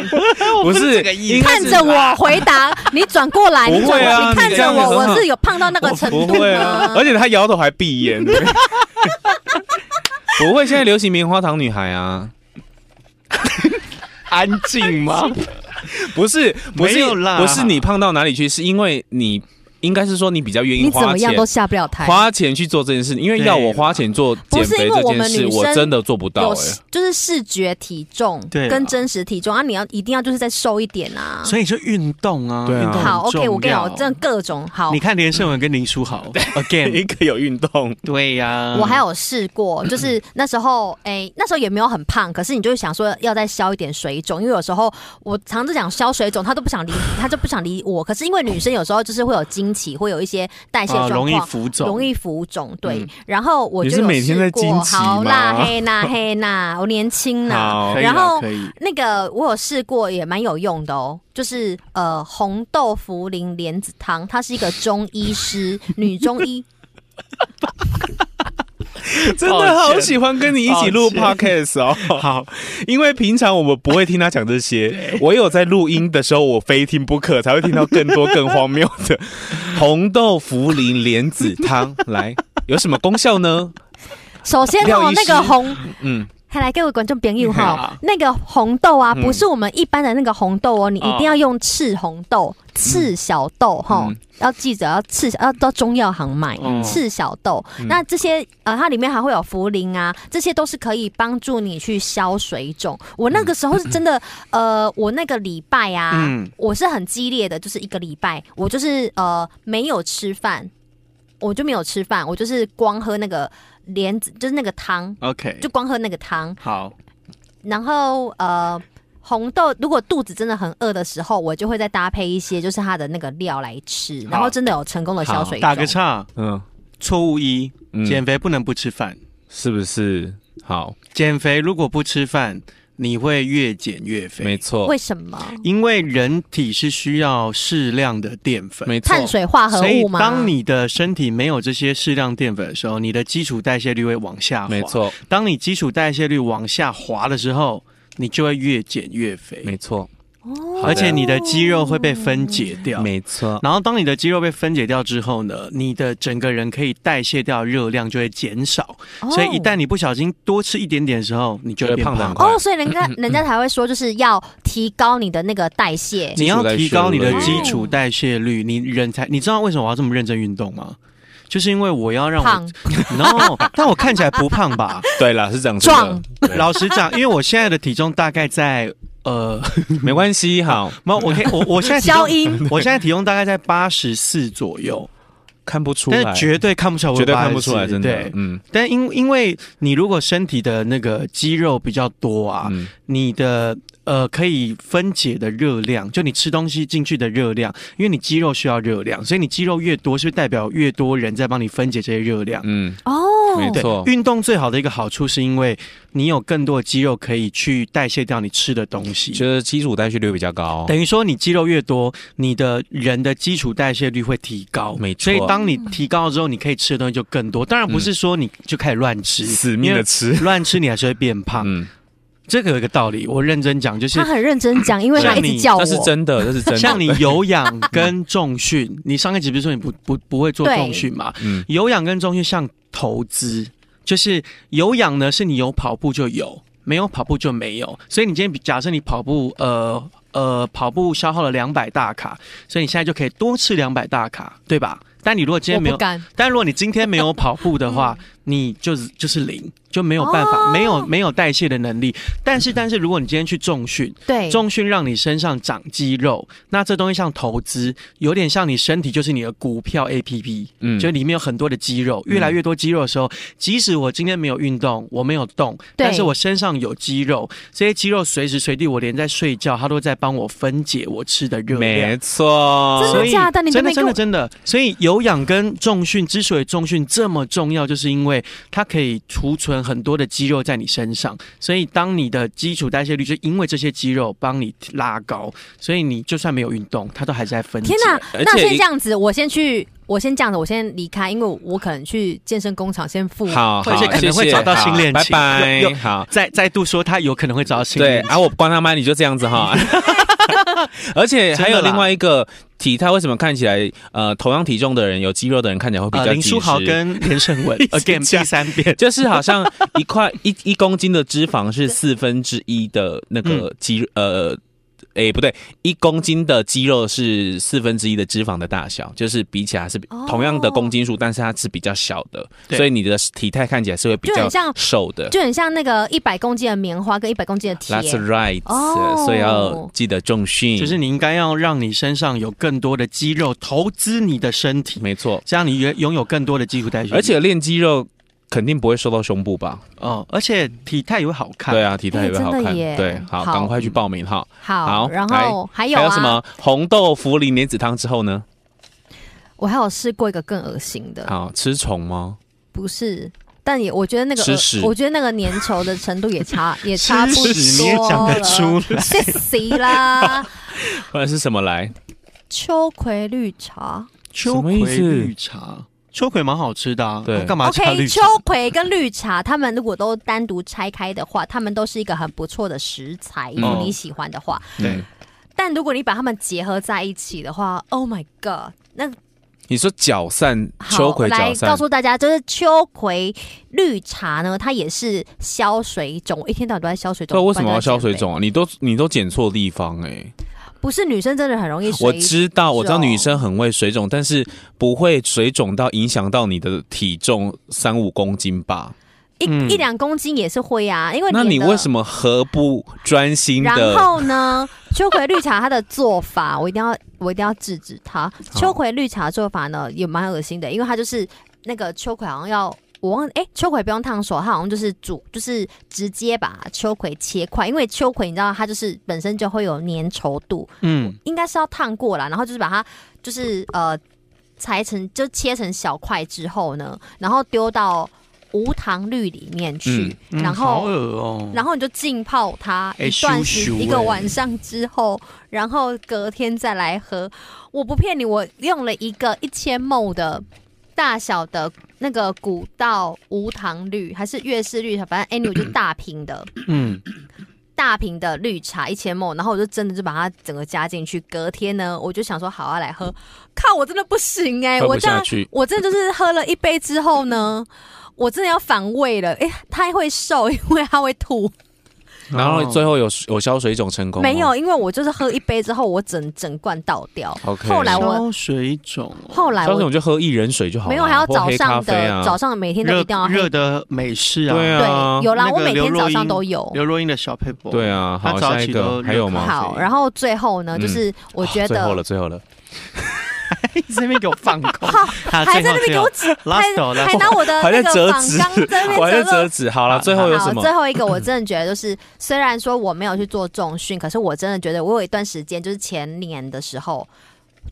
Speaker 1: 不
Speaker 2: 是
Speaker 1: 是
Speaker 2: 这个意思
Speaker 1: 应该
Speaker 3: 看
Speaker 1: 是
Speaker 3: 着我回 答，你转过来，你
Speaker 1: 不
Speaker 3: 转
Speaker 1: 会
Speaker 3: 过
Speaker 1: 啊
Speaker 3: 来，你看
Speaker 1: 你这
Speaker 3: 着
Speaker 1: 样也
Speaker 3: 我，
Speaker 1: 很好
Speaker 3: 我是有胖到那个程
Speaker 1: 不
Speaker 3: 度
Speaker 1: 会啊，
Speaker 3: 吗
Speaker 1: 而？且他摇头还闭 眼。不会，现在流行棉花糖女孩啊，
Speaker 2: 安静吗？
Speaker 1: 不是，不是
Speaker 2: 没有啦
Speaker 1: 不是你胖到哪里去，是因为你应该是说你比较愿意
Speaker 3: 你怎
Speaker 1: 花
Speaker 3: 么样
Speaker 1: 钱
Speaker 3: 都下不了台。
Speaker 1: 花钱去做这件事，因为要我花钱做减肥
Speaker 3: 不是因为
Speaker 1: 这
Speaker 3: 我
Speaker 1: 件
Speaker 3: 们
Speaker 1: 事，
Speaker 3: 女生
Speaker 1: 我真的做不到
Speaker 3: 有
Speaker 1: 哎、
Speaker 3: 就是视觉体重
Speaker 2: 对啊
Speaker 3: 跟真实体重啊，你要一定要就是再瘦一点啊。
Speaker 2: 所以就运动啊，
Speaker 1: 对啊
Speaker 2: 运动很
Speaker 3: 好
Speaker 2: 重
Speaker 3: ，OK，
Speaker 2: 要
Speaker 3: 我跟你讲，我真的各种好
Speaker 2: 你。看连胜文跟林书豪
Speaker 1: 哎一
Speaker 2: ，again，
Speaker 1: 个有运动，嗯
Speaker 2: 对呀，
Speaker 3: 我还有试 过，就是那时候，哎、那时候也没有很胖，可是你就会想说要再消一点水肿，因为有时候我常常讲消水肿，他都不想理，他就不想理我。可是因为女生有时候就是会有经期，会有一些代谢
Speaker 2: 啊
Speaker 3: 状
Speaker 1: 哦
Speaker 3: 况、
Speaker 2: 容易浮肿，
Speaker 3: 容易浮肿，对。然后我
Speaker 1: 嗯你
Speaker 3: 就是有
Speaker 1: 每天
Speaker 3: 试
Speaker 1: 在
Speaker 3: 过
Speaker 1: 经期
Speaker 3: 好啦，
Speaker 1: 吗
Speaker 3: 嘿呐嘿呐，我年轻呐。
Speaker 1: 好
Speaker 2: 可以啦，
Speaker 3: 然后
Speaker 2: 可以
Speaker 3: 那个我有试过，也蛮有用的哦。就是呃，红豆茯苓莲子汤，她是一个中 医师，女中医。
Speaker 1: 真
Speaker 2: 抱歉
Speaker 1: 的好喜欢跟你一起录
Speaker 2: 抱
Speaker 1: podcast 哦。
Speaker 2: 好，
Speaker 1: 因为平常我们不会听他讲这些，我有在录音的时候，我非听不可，才会听到更多更荒谬 的红豆茯苓莲子汤。来，有什么功效呢？
Speaker 3: 首先
Speaker 1: 廖
Speaker 3: 哦
Speaker 1: 医，
Speaker 3: 那个
Speaker 1: 师
Speaker 3: 红
Speaker 1: 嗯，
Speaker 3: 看来各位观众朋友哈
Speaker 2: 嗯，
Speaker 3: 那个红豆啊，
Speaker 1: 嗯
Speaker 3: 不是我们一般的那个红豆哦，你一定要用赤红豆、赤小豆哈
Speaker 1: 嗯，
Speaker 3: 要记着要赤小，要到中药行买
Speaker 2: 嗯
Speaker 3: 赤小豆。那这些呃，它里面还会有茯苓啊，这些都是可以帮助你去消水肿。我那个时候是真的，呃，我那个礼拜啊
Speaker 2: 嗯，
Speaker 3: 我是很激烈的，就是一个礼拜，我就是呃没有吃饭，我就没有吃饭，我就是光喝那个莲子，就是那个汤。
Speaker 2: ，OK，
Speaker 3: 就光喝那个汤，
Speaker 2: 好，
Speaker 3: 然后呃，红豆如果肚子真的很饿的时候，我就会再搭配一些就是它的那个料来吃，然后真的有成功的消
Speaker 2: 好
Speaker 3: 水，
Speaker 2: 打个
Speaker 3: 肿。
Speaker 2: 岔，
Speaker 1: 嗯
Speaker 2: 错误一，
Speaker 1: 嗯，
Speaker 2: 减肥不能不吃饭，
Speaker 1: 是不是？好，
Speaker 2: 减肥如果不吃饭，你会越减越
Speaker 1: 没
Speaker 2: 肥。
Speaker 1: 错
Speaker 3: 为，什么？
Speaker 2: 因为人体是需要适量的淀粉，
Speaker 1: 没错
Speaker 3: 碳。水化啊合
Speaker 2: 所以
Speaker 3: 物吗？
Speaker 2: 当你的身体没有这些适量淀粉的时候，你的基础代谢率会往下滑。
Speaker 1: 没，错，
Speaker 2: 当你基础代谢率往下滑的时候，你就会越减越肥。
Speaker 1: 没错，好的
Speaker 2: 而且你的肌肉会被分解掉。
Speaker 1: 没错，
Speaker 2: 然后，当你的肌肉被分解掉之后呢，你的整个人可以代谢掉热量就会减少，
Speaker 3: 哦
Speaker 2: 所以一旦你不小心多吃一点点的时候，你就会变
Speaker 1: 就会胖得
Speaker 2: 胖
Speaker 1: 很。快
Speaker 3: 哦，所以人家
Speaker 2: 嗯
Speaker 3: 人家才会说，就是要提高你的那个代谢。
Speaker 2: 你要提高你的
Speaker 3: 基础代谢率
Speaker 2: 基础代谢率，你人才，你知道为什么我要这么认真运动吗？就是因为我要让
Speaker 3: 胖
Speaker 2: 我，no，但我看起来不胖 吧？
Speaker 1: 对了，是长这
Speaker 3: 壮
Speaker 1: 样子的，
Speaker 2: 老实讲，因为我现在的体重大概在呃，
Speaker 1: 对没关系， 好
Speaker 2: 没有，我可以，我我现在嗯体
Speaker 3: 消
Speaker 2: 重，
Speaker 3: 音，
Speaker 2: 我现在体重大概在八十四左右，
Speaker 1: 看不出
Speaker 2: 但
Speaker 1: 来，
Speaker 2: 是绝对看不出来我
Speaker 1: 绝
Speaker 2: 有
Speaker 1: 对看
Speaker 2: 84
Speaker 1: 不出来，真的
Speaker 2: 对，，
Speaker 1: 嗯
Speaker 2: 但因因为你如果身体的那个肌肉比较多啊，
Speaker 1: 嗯，
Speaker 2: 你的呃可以分解的热量，就你吃东西进去的热量，因为你肌肉需要热量，所以你肌肉越多，是不是代表越多人在帮你分解这些热量。
Speaker 1: 嗯，
Speaker 3: 哦，
Speaker 1: 没错，
Speaker 2: 运动最好的一个好处是因为你有更多的肌肉可以去代谢掉你吃的东西，
Speaker 1: 就是基础代谢率比较高，
Speaker 2: 等于说你肌肉越多，你的人的基础代谢率会提高。
Speaker 1: 没错
Speaker 2: 所以当你提高之后，你可以吃的东西就更多。当然不是说你就开始乱吃，
Speaker 1: 死命的吃，
Speaker 2: 乱吃你还是会变胖，
Speaker 1: 嗯，
Speaker 2: 这个有一个道理，我认真 讲，就是
Speaker 3: 他很认真讲，因为他
Speaker 2: 像
Speaker 3: 一
Speaker 2: 你
Speaker 3: 直叫我
Speaker 1: 这。是真的，这是真的，
Speaker 2: 啊像你有氧跟重训，你上一集不是说你不不不会做
Speaker 3: 对
Speaker 2: 重训嘛？
Speaker 1: 嗯，
Speaker 2: 有氧跟重训像投资，就是有氧呢是你有跑步就有，没有跑步就没有。所以你今天比假设你跑步，呃呃，跑步消耗了两百大卡，所以你现在就可以多吃两百大卡，对吧？但你如果今
Speaker 3: 我
Speaker 2: 天没
Speaker 3: 不
Speaker 2: 有，
Speaker 3: 敢，
Speaker 2: 但如果你今天没有跑步的 话，你就是就是零，就没有办法，
Speaker 3: 哦
Speaker 2: 没有没有代谢的能力。但是但是，如果你今天去重训，
Speaker 3: 对，
Speaker 2: 重训让你身上长肌肉，那这东西像投资，有点像你身体就是你的股票 A P P，
Speaker 1: 嗯
Speaker 2: 就里面有很多的肌肉，
Speaker 3: 嗯
Speaker 2: 越来越多肌肉的时候，即使我今天没有运动，我没有动，
Speaker 3: 对
Speaker 2: 但是我身上有肌肉，这些肌肉随时随地，我连在睡觉，它都在帮我分解我吃的热量
Speaker 1: 没。错，
Speaker 3: 真的
Speaker 2: 所以
Speaker 3: 假的你都
Speaker 2: 真的
Speaker 3: 没跟
Speaker 2: 真
Speaker 3: 我
Speaker 2: 的真的，所以有氧跟重训之所以重训这么重要，就是因为它可以储存很多的肌肉在你身上，所以当你的基础代谢率就因为这些肌肉帮你拉高，所以你就算没有运动，它都还是在分解。
Speaker 3: 天哪！
Speaker 1: 而
Speaker 3: 那
Speaker 1: 且
Speaker 3: 先
Speaker 1: 一
Speaker 3: 这样子，我先去，我先这样子，我先离开，因为我可能去健身工厂 先付。
Speaker 1: 好，
Speaker 2: 而且
Speaker 1: 好
Speaker 2: 可能
Speaker 1: 谢
Speaker 2: 会
Speaker 1: 谢
Speaker 2: 找到新
Speaker 1: 好
Speaker 2: 恋
Speaker 1: 拜
Speaker 2: 情又
Speaker 1: 拜，
Speaker 2: 又
Speaker 1: 好。
Speaker 2: 再再度说，他有可能会找到新
Speaker 1: 对，
Speaker 2: 的。
Speaker 1: 啊，我关他麦，你就这样子 哈。而且还有另外一个体态，为什么看起来呃同样体重的人有肌肉的人看起来会比较
Speaker 2: 呃，林
Speaker 1: 紧
Speaker 2: 书豪
Speaker 1: 实？
Speaker 2: 跟连胜 文 again 第三遍，
Speaker 1: 就是好像一 块一一公斤的脂肪是四分之一的那
Speaker 2: 嗯
Speaker 1: 个肌肉呃。哎、不对，一公斤的肌肉是四分之一的脂肪的大小，就是比起来是比
Speaker 3: 哦
Speaker 1: 同样的公斤数，但是它是比较小的，
Speaker 2: 对
Speaker 1: 所以你的体态看起来是会比
Speaker 3: 就
Speaker 1: 较
Speaker 3: 很像
Speaker 1: 瘦的。
Speaker 3: 就很像那个一百公斤的棉花跟一百公斤的铁。
Speaker 1: That's right，、
Speaker 3: 哦
Speaker 1: 所以要记得重训，
Speaker 2: 就是你应该要让你身上有更多的肌肉，投资你的身体，
Speaker 1: 没错。
Speaker 2: 这样你拥拥有更多的基础代谢率。
Speaker 1: 而且练肌肉肯定不会瘦到胸部吧？
Speaker 2: 哦，而且体态也会好看。
Speaker 1: 对啊，体态也会好
Speaker 3: 哎真
Speaker 1: 看。
Speaker 3: 的耶
Speaker 1: 对，好，
Speaker 3: 好
Speaker 1: 赶快去报名哈。
Speaker 3: 好，
Speaker 1: 好
Speaker 3: 然后还有、啊、
Speaker 1: 还有什？么红豆茯苓莲子汤之后呢？
Speaker 3: 我还有试过一个更恶心的，
Speaker 1: 好吃虫吗？
Speaker 3: 不是，但也我觉得那个
Speaker 1: 吃屎
Speaker 3: 我觉得那个粘稠的程度 也差也差不多
Speaker 2: 吃屎你也讲得出
Speaker 3: 了，谢谢啦。
Speaker 1: 或者是什么来？
Speaker 3: 秋葵绿茶
Speaker 2: 秋葵
Speaker 1: 什么意思
Speaker 2: 绿茶，秋葵蛮好吃的啊。
Speaker 1: 对
Speaker 2: 我干嘛加
Speaker 3: ，OK，
Speaker 2: 绿
Speaker 3: 秋
Speaker 2: 茶？
Speaker 3: 葵跟绿茶，他们如果都单独拆开的话，他们都是一个很不错的食材。如果
Speaker 2: 嗯
Speaker 3: 你喜欢的话，
Speaker 2: 对
Speaker 1: 嗯
Speaker 3: 但如果你把它们结合在一起的话，Oh my God，那
Speaker 1: 你说搅散
Speaker 3: 好
Speaker 1: 秋葵
Speaker 3: 来
Speaker 1: 搅
Speaker 3: 告
Speaker 1: 散，
Speaker 3: 诉大家，就是秋葵绿茶呢，它也是消水肿。我一天到晚都在消水肿，
Speaker 1: 对，为什么要
Speaker 3: 不然
Speaker 1: 消
Speaker 3: 就在减肥
Speaker 1: 水？肿啊？你都你都剪错地方哎、
Speaker 3: 不是女生真的很容易水
Speaker 1: 我知道，我知道女生很会水肿，但是不会水肿到影响到你的体重三五公斤吧？
Speaker 3: 一、
Speaker 2: 嗯
Speaker 3: 一两公斤也是会啊，因为
Speaker 1: 那你为
Speaker 3: 么？
Speaker 1: 什么何不专心
Speaker 3: 然
Speaker 1: 的？
Speaker 3: 后呢，秋葵绿茶它的做法，我一定要我一定要制止它。秋葵绿茶做法呢也蛮恶心的，因为它就是那个秋葵好像要。我忘哎、秋葵不用烫手，它好像就是煮，就是直接把秋葵切块，因为秋葵你知道它就是本身就会有粘稠度，
Speaker 2: 嗯，
Speaker 3: 应该是要烫过啦，然后就是把它就是呃裁成就切成小块之后呢，然后丢到无糖绿里面去，
Speaker 2: 嗯
Speaker 3: 然
Speaker 2: 好
Speaker 3: 后、
Speaker 2: 恶哦。
Speaker 3: 然后你就浸泡它
Speaker 2: 哎
Speaker 3: 一段时、
Speaker 2: 羞羞
Speaker 3: 一个
Speaker 2: 哎
Speaker 3: 晚上之后，然后隔天再来喝。我不骗你，我用了一个一千梦的大小的那个古道无糖绿还是月氏绿茶，反正 anyway 就大瓶的。
Speaker 2: 嗯，
Speaker 3: 大瓶的绿茶一千梦，然后我就真的就把它整个加进去。隔天呢，我就想说好啊，来喝。靠，我真的不行哎、
Speaker 1: 喝不
Speaker 3: 我这样
Speaker 1: 下去
Speaker 3: 我真的就是喝了一杯之后呢， 我真的要反胃了。哎、它会瘦， 因为它会吐。
Speaker 1: 然后最后有有消水肿成功吗
Speaker 3: 没有，因为我就是喝一杯之后，我整整罐倒掉。
Speaker 1: ？OK。
Speaker 3: 后来我
Speaker 2: 消水肿哦，
Speaker 3: 后来
Speaker 1: 消水
Speaker 3: 我
Speaker 1: 肿就喝薏仁水就好了，
Speaker 3: 没有，还要
Speaker 1: 或
Speaker 3: 早
Speaker 1: 黑咖
Speaker 3: 上的、
Speaker 1: 啡啊
Speaker 3: 早上每天都一定要
Speaker 2: 热
Speaker 3: 喝。
Speaker 2: 的美式啊，
Speaker 1: 对啊
Speaker 3: 对，有啦，
Speaker 2: 那个
Speaker 3: 我每天
Speaker 2: 刘
Speaker 3: 早
Speaker 2: 若
Speaker 3: 上
Speaker 2: 英
Speaker 3: 都有。
Speaker 2: 刘若英的小佩伯，
Speaker 1: 对啊，
Speaker 2: 他
Speaker 1: 好，
Speaker 2: 早
Speaker 1: 下一
Speaker 2: 起
Speaker 1: 个
Speaker 2: 都
Speaker 1: 还有吗？
Speaker 3: 好，然后最后呢，
Speaker 1: 嗯
Speaker 3: 就是我觉
Speaker 1: 最后了，
Speaker 3: 得
Speaker 1: 最后了，
Speaker 2: 一 直在那边给我放空，好
Speaker 3: 还在那边给我指
Speaker 2: ，last 哦
Speaker 3: 还
Speaker 2: last
Speaker 3: 拿我 的
Speaker 1: 还
Speaker 3: 那
Speaker 1: 在
Speaker 3: 个
Speaker 1: 折
Speaker 3: 仿
Speaker 1: 纸
Speaker 3: 钢这边
Speaker 1: 我还在
Speaker 3: 折
Speaker 1: 折
Speaker 3: 了。
Speaker 1: 纸。好了，最后有什
Speaker 3: 好，
Speaker 1: 么
Speaker 3: 最？后一个我真的觉得就是， 虽然说我没有去做重训，可是我真的觉得我有一段时间，就是前年的时候，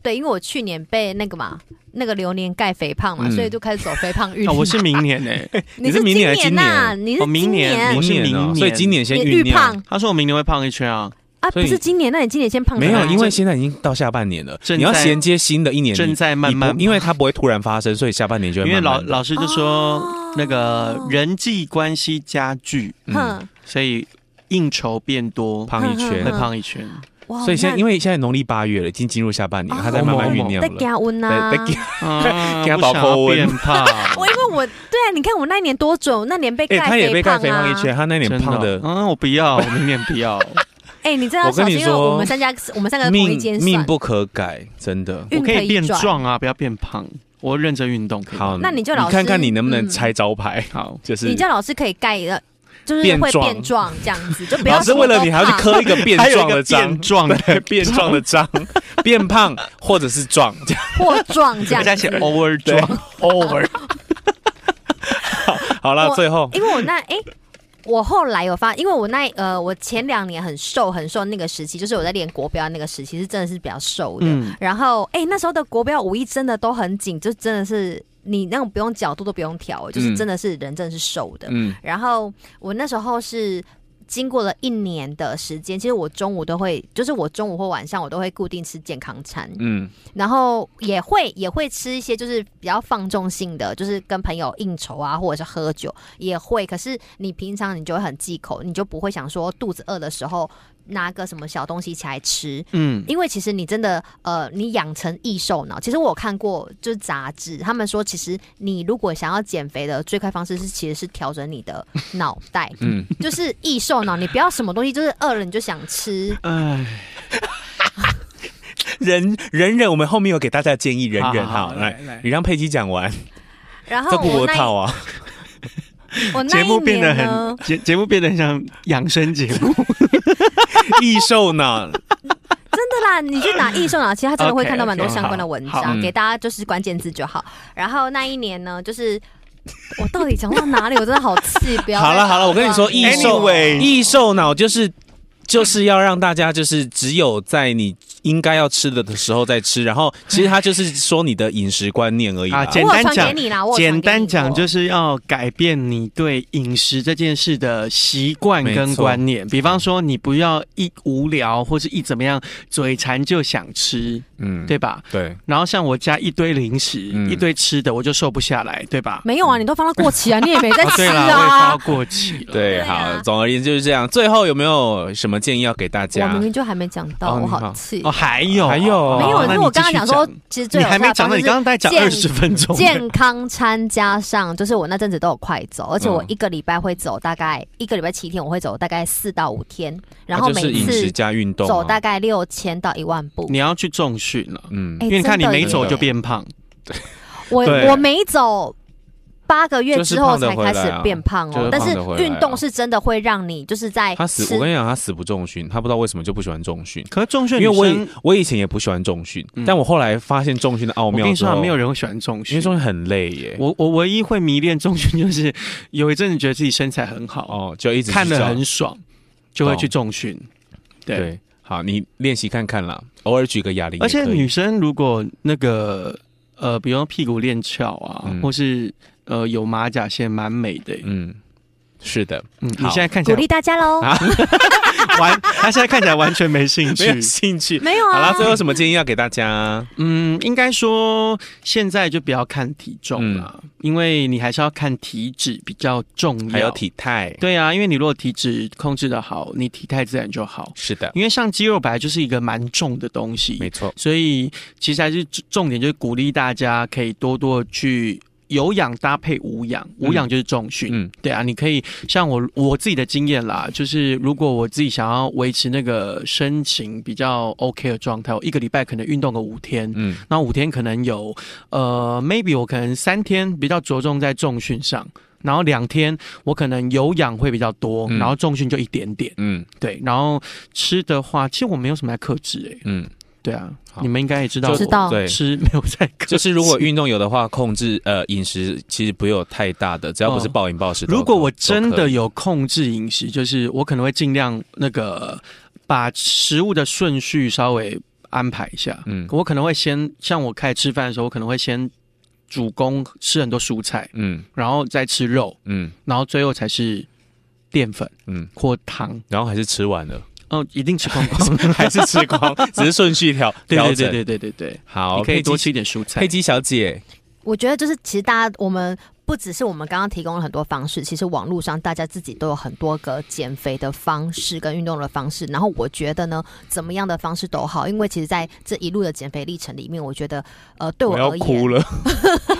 Speaker 3: 对，因为我去年被那个嘛，那个流年盖肥胖嘛，
Speaker 1: 嗯啊
Speaker 3: 所以就开始走肥胖运
Speaker 2: 哦，
Speaker 3: 动。
Speaker 2: 我是明年哎、
Speaker 3: 你
Speaker 1: 你是明年还是
Speaker 3: 今呐？你是
Speaker 2: 哦明
Speaker 3: 今
Speaker 2: 年
Speaker 1: 明
Speaker 2: 我是
Speaker 1: 年哦
Speaker 2: 明
Speaker 1: 所以
Speaker 2: 年
Speaker 1: 今年先
Speaker 3: 你
Speaker 1: 酝
Speaker 3: 预
Speaker 1: 酿
Speaker 3: 胖。
Speaker 2: 他说我明年会胖一圈啊，
Speaker 3: 啊？
Speaker 1: 所以
Speaker 3: 不是今年，那你今年先胖
Speaker 1: 没有，
Speaker 3: 成这样
Speaker 1: 因为现在已经到下半年了，
Speaker 2: 正
Speaker 1: 你要
Speaker 2: 在
Speaker 1: 衔接新的一年，
Speaker 2: 正
Speaker 1: 你
Speaker 2: 在慢
Speaker 1: 你不
Speaker 2: 慢，
Speaker 1: 因为它不会突然发生，所以下半年就会
Speaker 2: 因为
Speaker 1: 慢慢
Speaker 2: 老
Speaker 1: 地
Speaker 2: 老师就说、
Speaker 3: 哦
Speaker 2: 那个人际关系加剧，
Speaker 1: 嗯
Speaker 3: 哼
Speaker 2: 所以应酬变多，
Speaker 1: 胖一
Speaker 3: 嗯
Speaker 2: 会
Speaker 1: 圈，
Speaker 2: 胖一 圈。
Speaker 3: 哇，
Speaker 1: 所以现在
Speaker 3: 哦那
Speaker 1: 因为现在农历八月了，已经进入下半年，
Speaker 3: 哦
Speaker 1: 它在慢慢酝酿
Speaker 3: 在
Speaker 1: 了。
Speaker 3: 加温呐
Speaker 1: 在，在
Speaker 2: 啊
Speaker 1: 给他
Speaker 2: 不
Speaker 1: 保
Speaker 2: 想
Speaker 1: 扣
Speaker 2: 要
Speaker 1: 温
Speaker 2: 变胖，
Speaker 3: 我因为我对啊，你看我那一年多准，我那年被
Speaker 1: 哎，
Speaker 3: 盖
Speaker 1: 他也被盖肥
Speaker 3: 胖
Speaker 1: 胖
Speaker 3: 啊
Speaker 1: 一。圈，他那
Speaker 2: 真
Speaker 1: 年胖的
Speaker 2: 的，嗯，我 不要，我明年不要。
Speaker 3: 哎、你真的
Speaker 1: 我
Speaker 3: 要
Speaker 1: 跟
Speaker 3: 小
Speaker 1: 你
Speaker 3: 心，因为
Speaker 1: 说
Speaker 3: 我们三家我们三个同一
Speaker 1: 命
Speaker 3: 间
Speaker 1: 命
Speaker 3: 算。
Speaker 1: 不可改，真的。
Speaker 3: 运
Speaker 2: 我可
Speaker 3: 可
Speaker 2: 以
Speaker 3: 以
Speaker 2: 变
Speaker 3: 转
Speaker 2: 壮啊，不要变胖。我认真运动可以吗。
Speaker 1: 好，
Speaker 3: 那你就老师
Speaker 1: 看看你能不能
Speaker 3: 嗯
Speaker 1: 拆招牌，
Speaker 2: 好，
Speaker 1: 就是
Speaker 3: 你叫老师可以盖的，就是
Speaker 1: 变
Speaker 3: 会
Speaker 1: 壮
Speaker 3: 变壮这样子，就不要
Speaker 1: 老师为了你还要去
Speaker 3: 磕。
Speaker 1: 刻一个变
Speaker 2: 还有
Speaker 1: 壮
Speaker 2: 一个
Speaker 1: 的章
Speaker 2: 变，壮的
Speaker 1: 变壮的章， 变胖或者是壮，这样
Speaker 3: 或壮这
Speaker 2: 大
Speaker 3: 样
Speaker 2: 家写
Speaker 3: 子。
Speaker 2: over
Speaker 1: 对
Speaker 2: 壮，
Speaker 1: over。好了，
Speaker 3: 我
Speaker 1: 最后
Speaker 3: 因为我那哎、我后来有发，因为我那呃，我前两年很瘦很瘦那个时期，就是我在练国标那个时期是真的是比较瘦的。
Speaker 2: 嗯
Speaker 3: 然后哎、那时候的国标舞艺真的都很紧，就真的是你那种不用角度都不用调，就是
Speaker 1: 嗯
Speaker 3: 真的是人真的是瘦的。
Speaker 1: 嗯，
Speaker 3: 然后我那时候是经过了一年的时间，其实我中午都会，就是我中午或晚上我都会固定吃健康餐，
Speaker 1: 嗯，
Speaker 3: 然后也会也会吃一些就是比较放纵性的，就是跟朋友应酬啊，或者是喝酒也会。可是你平常你就会很忌口，你就不会想说肚子饿的时候拿个什么小东西起来吃，
Speaker 2: 嗯，
Speaker 3: 因为其实你真的呃，你养成易瘦脑，其实我有看过就是杂志，他们说其实你如果想要减肥的最快方式是其实是调整 你的脑袋，
Speaker 1: 嗯，
Speaker 3: 就是易瘦脑，你不要什么东西就是饿了你就想 吃，
Speaker 2: 哎，
Speaker 1: 忍忍忍，我们后面有给大家建议，忍忍好，
Speaker 2: 好好
Speaker 1: 来
Speaker 2: 来来
Speaker 1: 你让佩姬讲完，
Speaker 3: 然后
Speaker 1: 这不
Speaker 3: 我
Speaker 1: 我
Speaker 3: 那
Speaker 1: 套 啊，
Speaker 3: 我那
Speaker 2: 节
Speaker 3: 一
Speaker 2: 目变得
Speaker 3: 年呢
Speaker 2: 很，节节目变得很像养生节目，
Speaker 1: 易瘦呢，
Speaker 3: 真的啦，你去打易瘦脑，其实他真的会
Speaker 2: OK，
Speaker 3: 看到蛮多
Speaker 2: OK，
Speaker 3: 相关的文
Speaker 2: 好嗯好
Speaker 3: 章，给大家就是关键字就好。然后那一年呢，就是我到底讲到哪里，我真的好气，不要再
Speaker 1: 好了好了，我跟你说，
Speaker 3: 讲
Speaker 1: 易
Speaker 3: 了
Speaker 1: 瘦
Speaker 2: Anyway
Speaker 1: 易瘦脑就是就是要让大家就是只有在你应该要吃的的时候再吃，然后其实它就是说你的饮食观念而已啦
Speaker 2: 啊简
Speaker 3: 我
Speaker 2: 单
Speaker 3: 有传
Speaker 2: 讲
Speaker 3: 给你啦，我有传
Speaker 2: 简
Speaker 3: 给
Speaker 2: 单
Speaker 3: 你
Speaker 2: 讲
Speaker 3: 过
Speaker 2: 就是要改变你对饮食这件事的习惯跟观念，
Speaker 1: 嗯
Speaker 2: 比方说你不要一无聊或是一怎么样嘴馋就想吃，
Speaker 1: 嗯，
Speaker 2: 对吧？
Speaker 1: 对，
Speaker 2: 然后像我家一堆零食、
Speaker 1: 嗯
Speaker 2: 一堆吃的，我就瘦不下来，对 吧？
Speaker 3: 没有啊，你都放到过期啊，你也没在
Speaker 2: 哦
Speaker 3: 吃
Speaker 2: 对 啦，我也快要
Speaker 3: 啊。
Speaker 2: 过期
Speaker 1: 对，
Speaker 2: 了。
Speaker 3: 对啊
Speaker 1: 好，总而言之就是这样。最后有没有什么建议要给大
Speaker 3: 我
Speaker 1: 家
Speaker 3: 明？明就还没讲到，
Speaker 1: 啊哦
Speaker 3: 我
Speaker 1: 你好
Speaker 3: 好气
Speaker 2: 哦，。还有
Speaker 1: 还有
Speaker 3: 没
Speaker 1: 哦
Speaker 3: 有，因
Speaker 2: 那
Speaker 3: 为
Speaker 2: 你
Speaker 3: 我
Speaker 2: 继
Speaker 3: 刚刚
Speaker 2: 续
Speaker 3: 讲说，其实最
Speaker 2: 你
Speaker 3: 有效
Speaker 2: 还
Speaker 3: 的
Speaker 2: 没
Speaker 3: 方
Speaker 2: 讲到，
Speaker 3: 式
Speaker 2: 你
Speaker 3: 是
Speaker 2: 刚刚才讲
Speaker 3: 健
Speaker 2: 二十分钟，
Speaker 3: 健康餐加上，就是我那阵子都有快走，而且我
Speaker 1: 嗯
Speaker 3: 一个礼拜会走大概一个礼拜七天，我会走大概四到五天，然
Speaker 1: 它
Speaker 3: 后
Speaker 1: 啊就是
Speaker 3: 每
Speaker 1: 饮
Speaker 3: 次
Speaker 1: 食加运动啊，
Speaker 3: 走大概六千到一万 步。
Speaker 2: 你要去重训了，
Speaker 1: 嗯
Speaker 3: 哎
Speaker 2: 因为你看你
Speaker 3: 真的
Speaker 2: 没走
Speaker 1: 耶
Speaker 2: 就变胖，
Speaker 3: 我
Speaker 1: 对
Speaker 3: 我没走八个月之后才开
Speaker 1: 就是胖得回
Speaker 3: 始
Speaker 1: 来啊
Speaker 3: 变胖
Speaker 1: 就
Speaker 3: 哦
Speaker 1: 是，胖
Speaker 3: 但是
Speaker 1: 得回来啊
Speaker 3: 运动是真的会让你就是在
Speaker 1: 他死，
Speaker 3: 哎吃
Speaker 1: 我跟你讲，他死不重训，他不知道为什么就不喜欢重训。
Speaker 2: 可是重训
Speaker 1: 因为我
Speaker 2: 女
Speaker 1: 以
Speaker 2: 生
Speaker 1: 我以前也不哦喜欢重训，
Speaker 2: 嗯
Speaker 1: 但我后来发现重训的奥
Speaker 2: 我
Speaker 1: 妙
Speaker 2: 跟你
Speaker 1: 之
Speaker 2: 说啊，
Speaker 1: 后，
Speaker 2: 没有人会喜欢重
Speaker 1: 因
Speaker 2: 训
Speaker 1: 为。重训很累耶。
Speaker 2: 我我唯一会迷恋重训，就是有一阵子觉得自己身材很好，
Speaker 1: 哦，就一直去
Speaker 2: 看
Speaker 1: 找
Speaker 2: 得很爽，就会去
Speaker 1: 懂
Speaker 2: 重训。对，
Speaker 1: 对。好，你练习看看啦，偶尔举个哑铃也
Speaker 2: 而且
Speaker 1: 可以
Speaker 2: 女生如果那个呃，比如说屁股练翘啊，
Speaker 1: 嗯
Speaker 2: 或是呃有马甲线，蛮美的欸、
Speaker 1: 嗯，是的，
Speaker 2: 嗯，
Speaker 1: 好
Speaker 2: 你现在看起
Speaker 3: 鼓
Speaker 2: 来
Speaker 1: 啊
Speaker 3: 励大家喽。
Speaker 2: 完，他现在看起来完全没 兴
Speaker 1: 没
Speaker 2: 趣
Speaker 1: 有。兴 趣。
Speaker 3: 没有
Speaker 1: 好啦，
Speaker 3: 啊，
Speaker 1: 最后有什么建议要给大家？
Speaker 2: 嗯，应该说现在就不要看体
Speaker 1: 嗯
Speaker 2: 重了，因为你还是要看体脂比较重要。
Speaker 1: 还有体态，
Speaker 2: 对啊，因为你如果体脂控制的好，你体态自然就好。
Speaker 1: 是的，
Speaker 2: 因为像肌肉本来就是一个蛮重的东西，
Speaker 1: 没错，
Speaker 2: 所以其实还是重重点就是鼓励大家可以多多去有氧搭配无氧，无氧就是重训。
Speaker 1: 嗯
Speaker 2: 对啊，你可以像我我自己的经验啦，就是如果我自己想要维持那个身形比较 OK 的状态，我一个礼拜可能运动个五天，
Speaker 1: 嗯，
Speaker 2: 那五天可能有呃 maybe 我可能三天比较着重在重训上。然后两天我可能有氧会比较多，
Speaker 1: 嗯
Speaker 2: 然后重训就一点点，
Speaker 1: 嗯
Speaker 2: 对。然后吃的话，其实我没有什么在克制诶、欸
Speaker 1: 嗯，
Speaker 2: 对啊，
Speaker 1: 好
Speaker 2: 你们应该也知道
Speaker 1: 就
Speaker 2: 我，
Speaker 3: 知道
Speaker 1: 对，
Speaker 2: 吃没有在克制，
Speaker 1: 就是如果运动有的话，控制呃饮食其实不用有太大的，只要不是
Speaker 2: 哦
Speaker 1: 暴饮暴食都。
Speaker 2: 如果我真
Speaker 1: 都可
Speaker 2: 的
Speaker 1: 以
Speaker 2: 有控制饮食，就是我可能会尽量那个把食物的顺序稍微安排一下。
Speaker 1: 嗯
Speaker 2: 我可能会先像我开始吃饭的时候，我可能会先主攻吃很多蔬菜，
Speaker 1: 嗯
Speaker 2: 然后再吃肉，
Speaker 1: 嗯
Speaker 2: 然后最后才是淀粉
Speaker 1: 嗯，
Speaker 2: 或 糖。
Speaker 1: 然后还是吃完 了，
Speaker 2: 哦，一定吃光光，
Speaker 1: 还是吃光，只是顺序 调
Speaker 2: 对
Speaker 1: 调
Speaker 2: 对
Speaker 1: 整。
Speaker 2: 对对对对对，
Speaker 1: 好，
Speaker 2: 你可以多
Speaker 1: 佩
Speaker 2: 吃
Speaker 1: 姬
Speaker 2: 一点蔬菜
Speaker 1: 佩。姬小姐，
Speaker 3: 我觉得就是其实大家我们。不只是我们刚刚提供了很多方式，其实网络上大家自己都有很多个减肥的方式跟运动的方式。然后我觉得呢，怎么样的方式都好，因为其实在这一路的减肥历程里面，我觉得呃，对我
Speaker 1: 要
Speaker 3: 而言，
Speaker 1: 哭了。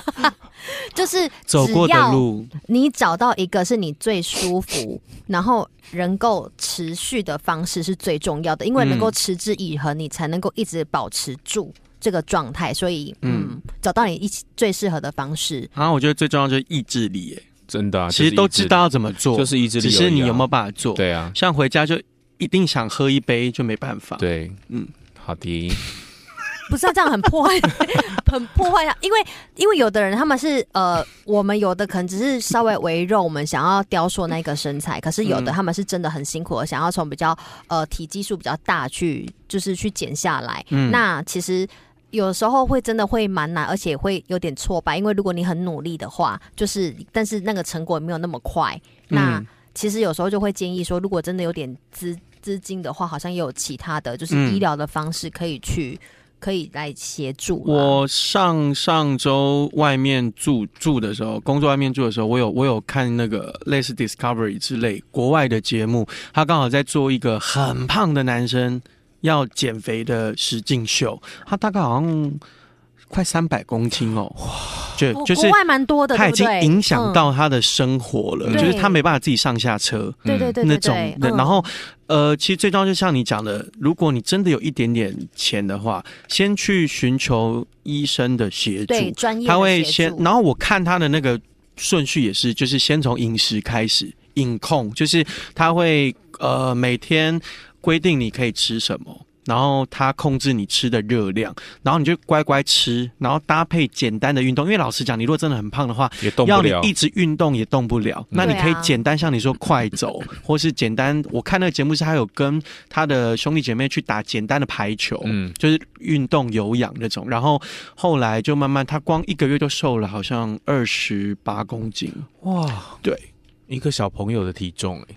Speaker 3: 就是
Speaker 2: 走
Speaker 3: 只
Speaker 2: 过的
Speaker 3: 要
Speaker 2: 路，
Speaker 3: 你找到一个是你最舒服，然后能够持续的方式是最重要的，因为能够持之以恒，你才能够一直保持住这个状态。所以，嗯，找到你一起最适合的方式，
Speaker 2: 然啊后我觉得最重要就是意志力耶，
Speaker 1: 真的啊，
Speaker 2: 其实都知道要怎么做，
Speaker 1: 就是意志力，
Speaker 2: 只是你有没有办法做。
Speaker 1: 对啊，
Speaker 2: 像回家就一定想喝一杯，就没办法。，
Speaker 1: 对，嗯
Speaker 2: 嗯，
Speaker 1: 好的，
Speaker 3: 不是要这样很破坏， 很破坏啊。因为因为有的人他们是呃，我们有的可能只是稍微围肉，我们想要雕塑那个身材，可是有的
Speaker 2: 嗯
Speaker 3: 他们是真的很辛苦的，想要从比较呃体积数比较大去就是去减下来。
Speaker 2: 嗯
Speaker 3: 那其实。有时候会真的会蛮难，而且会有点挫败，因为如果你很努力的话，就是但是那个成果没有那么快。那、
Speaker 2: 嗯
Speaker 3: 其实有时候就会建议说，如果真的有点资资金的话，好像也有其他的就是
Speaker 2: 嗯
Speaker 3: 医疗的方式可以去、可以来协助啦。
Speaker 2: 我上上周外面住住的时候，工作外面住的时候，我有我有看那个类似 Discovery 之类国外的节目，他刚好在做一个很胖的男生要减肥的实境秀，他大概好像快三百公斤哦，哇，就
Speaker 3: 国
Speaker 2: 就是
Speaker 3: 国外蛮多的，
Speaker 2: 他已
Speaker 3: 对
Speaker 2: 经
Speaker 3: 不对
Speaker 2: 影响、到他的生活了，
Speaker 1: 嗯
Speaker 2: 就是
Speaker 3: 对
Speaker 2: 他没办法自己上下车。
Speaker 3: 嗯、对对对
Speaker 2: 那
Speaker 3: 对
Speaker 2: 种
Speaker 3: 对，
Speaker 2: 的。
Speaker 3: 嗯
Speaker 2: 然后，呃，其实最重要就像你讲的，如果你真的有一点点钱的话，先去寻求医生的协助，
Speaker 3: 对专业的
Speaker 2: 他会
Speaker 3: 协
Speaker 2: 先
Speaker 3: 助。
Speaker 2: 然后我看他的那个顺序也是，就是先从饮食开始，饮控，就是他会呃每天规定你可以吃什么。然后他控制你吃的热量，然后你就乖乖吃，然后搭配简单的运动。因为老实讲，你如果真的很胖的话，
Speaker 1: 也动
Speaker 2: 要
Speaker 1: 不
Speaker 2: 你
Speaker 1: 了。嗯
Speaker 2: 一直运动也动不了，那你
Speaker 3: 对啊
Speaker 2: 可以简单像你说快走，
Speaker 1: 啊
Speaker 2: 或是简单。我看那个节目是他有跟他的兄弟姐妹去打简单的排球，
Speaker 1: 嗯
Speaker 2: 就是运动有氧那种。然后后来就慢慢，他光一个月就瘦了好像二十八公斤。
Speaker 1: 哇，
Speaker 2: 对，
Speaker 1: 一个小朋友的体重、欸，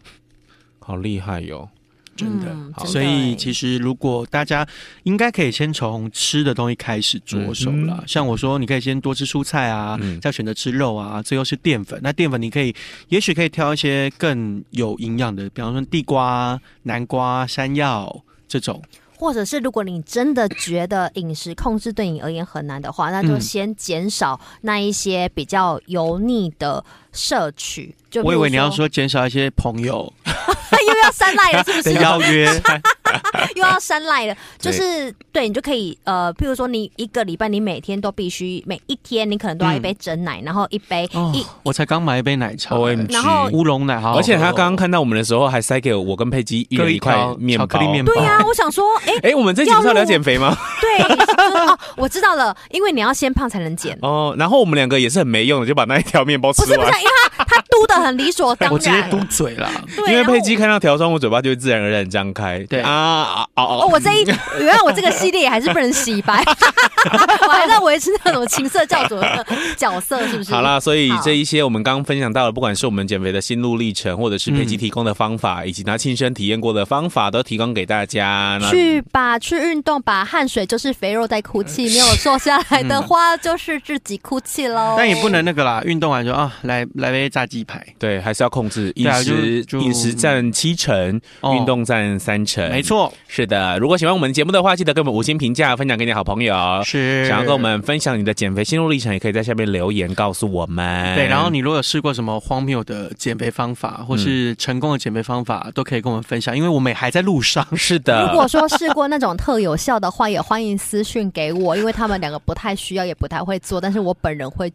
Speaker 1: 好厉害哟、
Speaker 2: 真的
Speaker 3: 嗯
Speaker 1: 好
Speaker 3: 真
Speaker 2: 所以
Speaker 3: 欸
Speaker 2: 其实如果大家应该可以先从吃的东西开始着手啦，
Speaker 1: 嗯
Speaker 2: 像我说，你可以先多吃蔬菜啊，
Speaker 1: 嗯
Speaker 2: 再选择吃肉啊，最后是淀粉。那淀粉你可以，也许可以挑一些更有营养的，比方说地瓜、啊南瓜、山药这种。
Speaker 3: 或者是如果你真的觉得饮食控制对你而言很难的话，那就
Speaker 2: 嗯
Speaker 3: 先减少那一些比较油腻的摄取。就
Speaker 2: 我以
Speaker 3: 例如
Speaker 2: 为你要说减少一些朋友
Speaker 3: 又要删 赖了，是不
Speaker 2: 的
Speaker 3: 是？
Speaker 2: 邀约，
Speaker 3: 又要删赖了，
Speaker 1: 对
Speaker 3: 就是对你就可以呃，譬如说你一个礼拜你每天都必须每一天你可能都要一杯真奶，然后一杯
Speaker 2: 嗯哦
Speaker 3: 一，
Speaker 2: 我才刚买一杯奶茶、
Speaker 1: OMG
Speaker 3: 然后
Speaker 2: 乌龙奶好好喝哦
Speaker 1: 而且他刚刚看到我们的时候，还塞给我跟佩姬一
Speaker 2: 各
Speaker 1: 人一
Speaker 2: 一
Speaker 1: 块
Speaker 2: 条
Speaker 1: 面包。
Speaker 2: 巧克力面包，
Speaker 3: 对呀、我想说，哎、
Speaker 1: 哎、我们这集不是要聊减肥吗？
Speaker 3: 对，就是哦，我知道了，因为你要先胖才能减，
Speaker 1: 哦，然后我们两个也是很没用的，就把那一条面包吃
Speaker 3: 不是不是，
Speaker 1: 完。
Speaker 3: 因为它它嘟的很理所当然。
Speaker 2: 我直接嘟嘴啦。
Speaker 3: 对
Speaker 1: 因为
Speaker 3: 然后
Speaker 1: 佩姬看到条状物，嘴巴就会自然而然张开。
Speaker 2: 对
Speaker 1: 啊啊啊！
Speaker 3: 哦，我这一原来我这个系列还是不能洗白， 我还在维持那种情色教主的角色，是不是？
Speaker 1: 好啦，所以
Speaker 3: 好
Speaker 1: 这一些我们刚刚分享到的，不管是我们减肥的心路历程，或者是
Speaker 3: 嗯
Speaker 1: 佩姬提供的方法，以及他亲身体验过的方法，都提供给大家。那
Speaker 3: 去吧，去运动吧，汗水就是肥肉在哭泣，没有瘦下来的话，就是自己哭泣
Speaker 1: 哦
Speaker 3: 喽。
Speaker 2: 嗯但也不能那个啦，运动完就啊，来来杯炸鸡排。
Speaker 1: 对，还是要控制饮
Speaker 2: 对啊
Speaker 1: 食，
Speaker 2: 就就
Speaker 1: 饮食占七成，
Speaker 2: 哦
Speaker 1: 运动占三成。
Speaker 2: 没，错，
Speaker 1: 是的。如果喜欢我们节目的话，记得给我们五星评价，分享给你的好朋友。
Speaker 2: 是
Speaker 1: 想要跟我们分享你的减肥心路历程，也可以在下面留言告诉我们。
Speaker 2: 对，然后你如果有试过什么荒谬的减肥方法，或
Speaker 1: 嗯
Speaker 2: 是成功的减肥方法，都可以跟我们分享，因为我们也还在路上。
Speaker 1: 是
Speaker 2: 呃
Speaker 1: 的，
Speaker 3: 如果说试过那种特有效的话，也欢迎私讯给我，因为他们两个不太需要，也不太会做，但是我本人会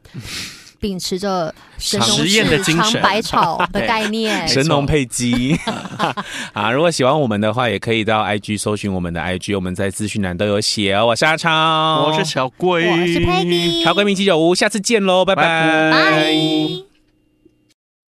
Speaker 3: 秉持着神农
Speaker 2: 实验的
Speaker 3: 氏
Speaker 2: 精神
Speaker 3: 尝百草的
Speaker 2: 对
Speaker 3: 概念。
Speaker 1: 神农配鸡 啊！如果喜欢我们的话，也可以到 IG 搜寻我们的 IG，我们在资讯栏都有写哦。我是阿超，
Speaker 2: 我是小
Speaker 3: 我
Speaker 2: 龟，
Speaker 3: 是 Peggy，
Speaker 1: 好闺蜜七九五，下次见喽，拜拜
Speaker 2: 拜
Speaker 3: 拜。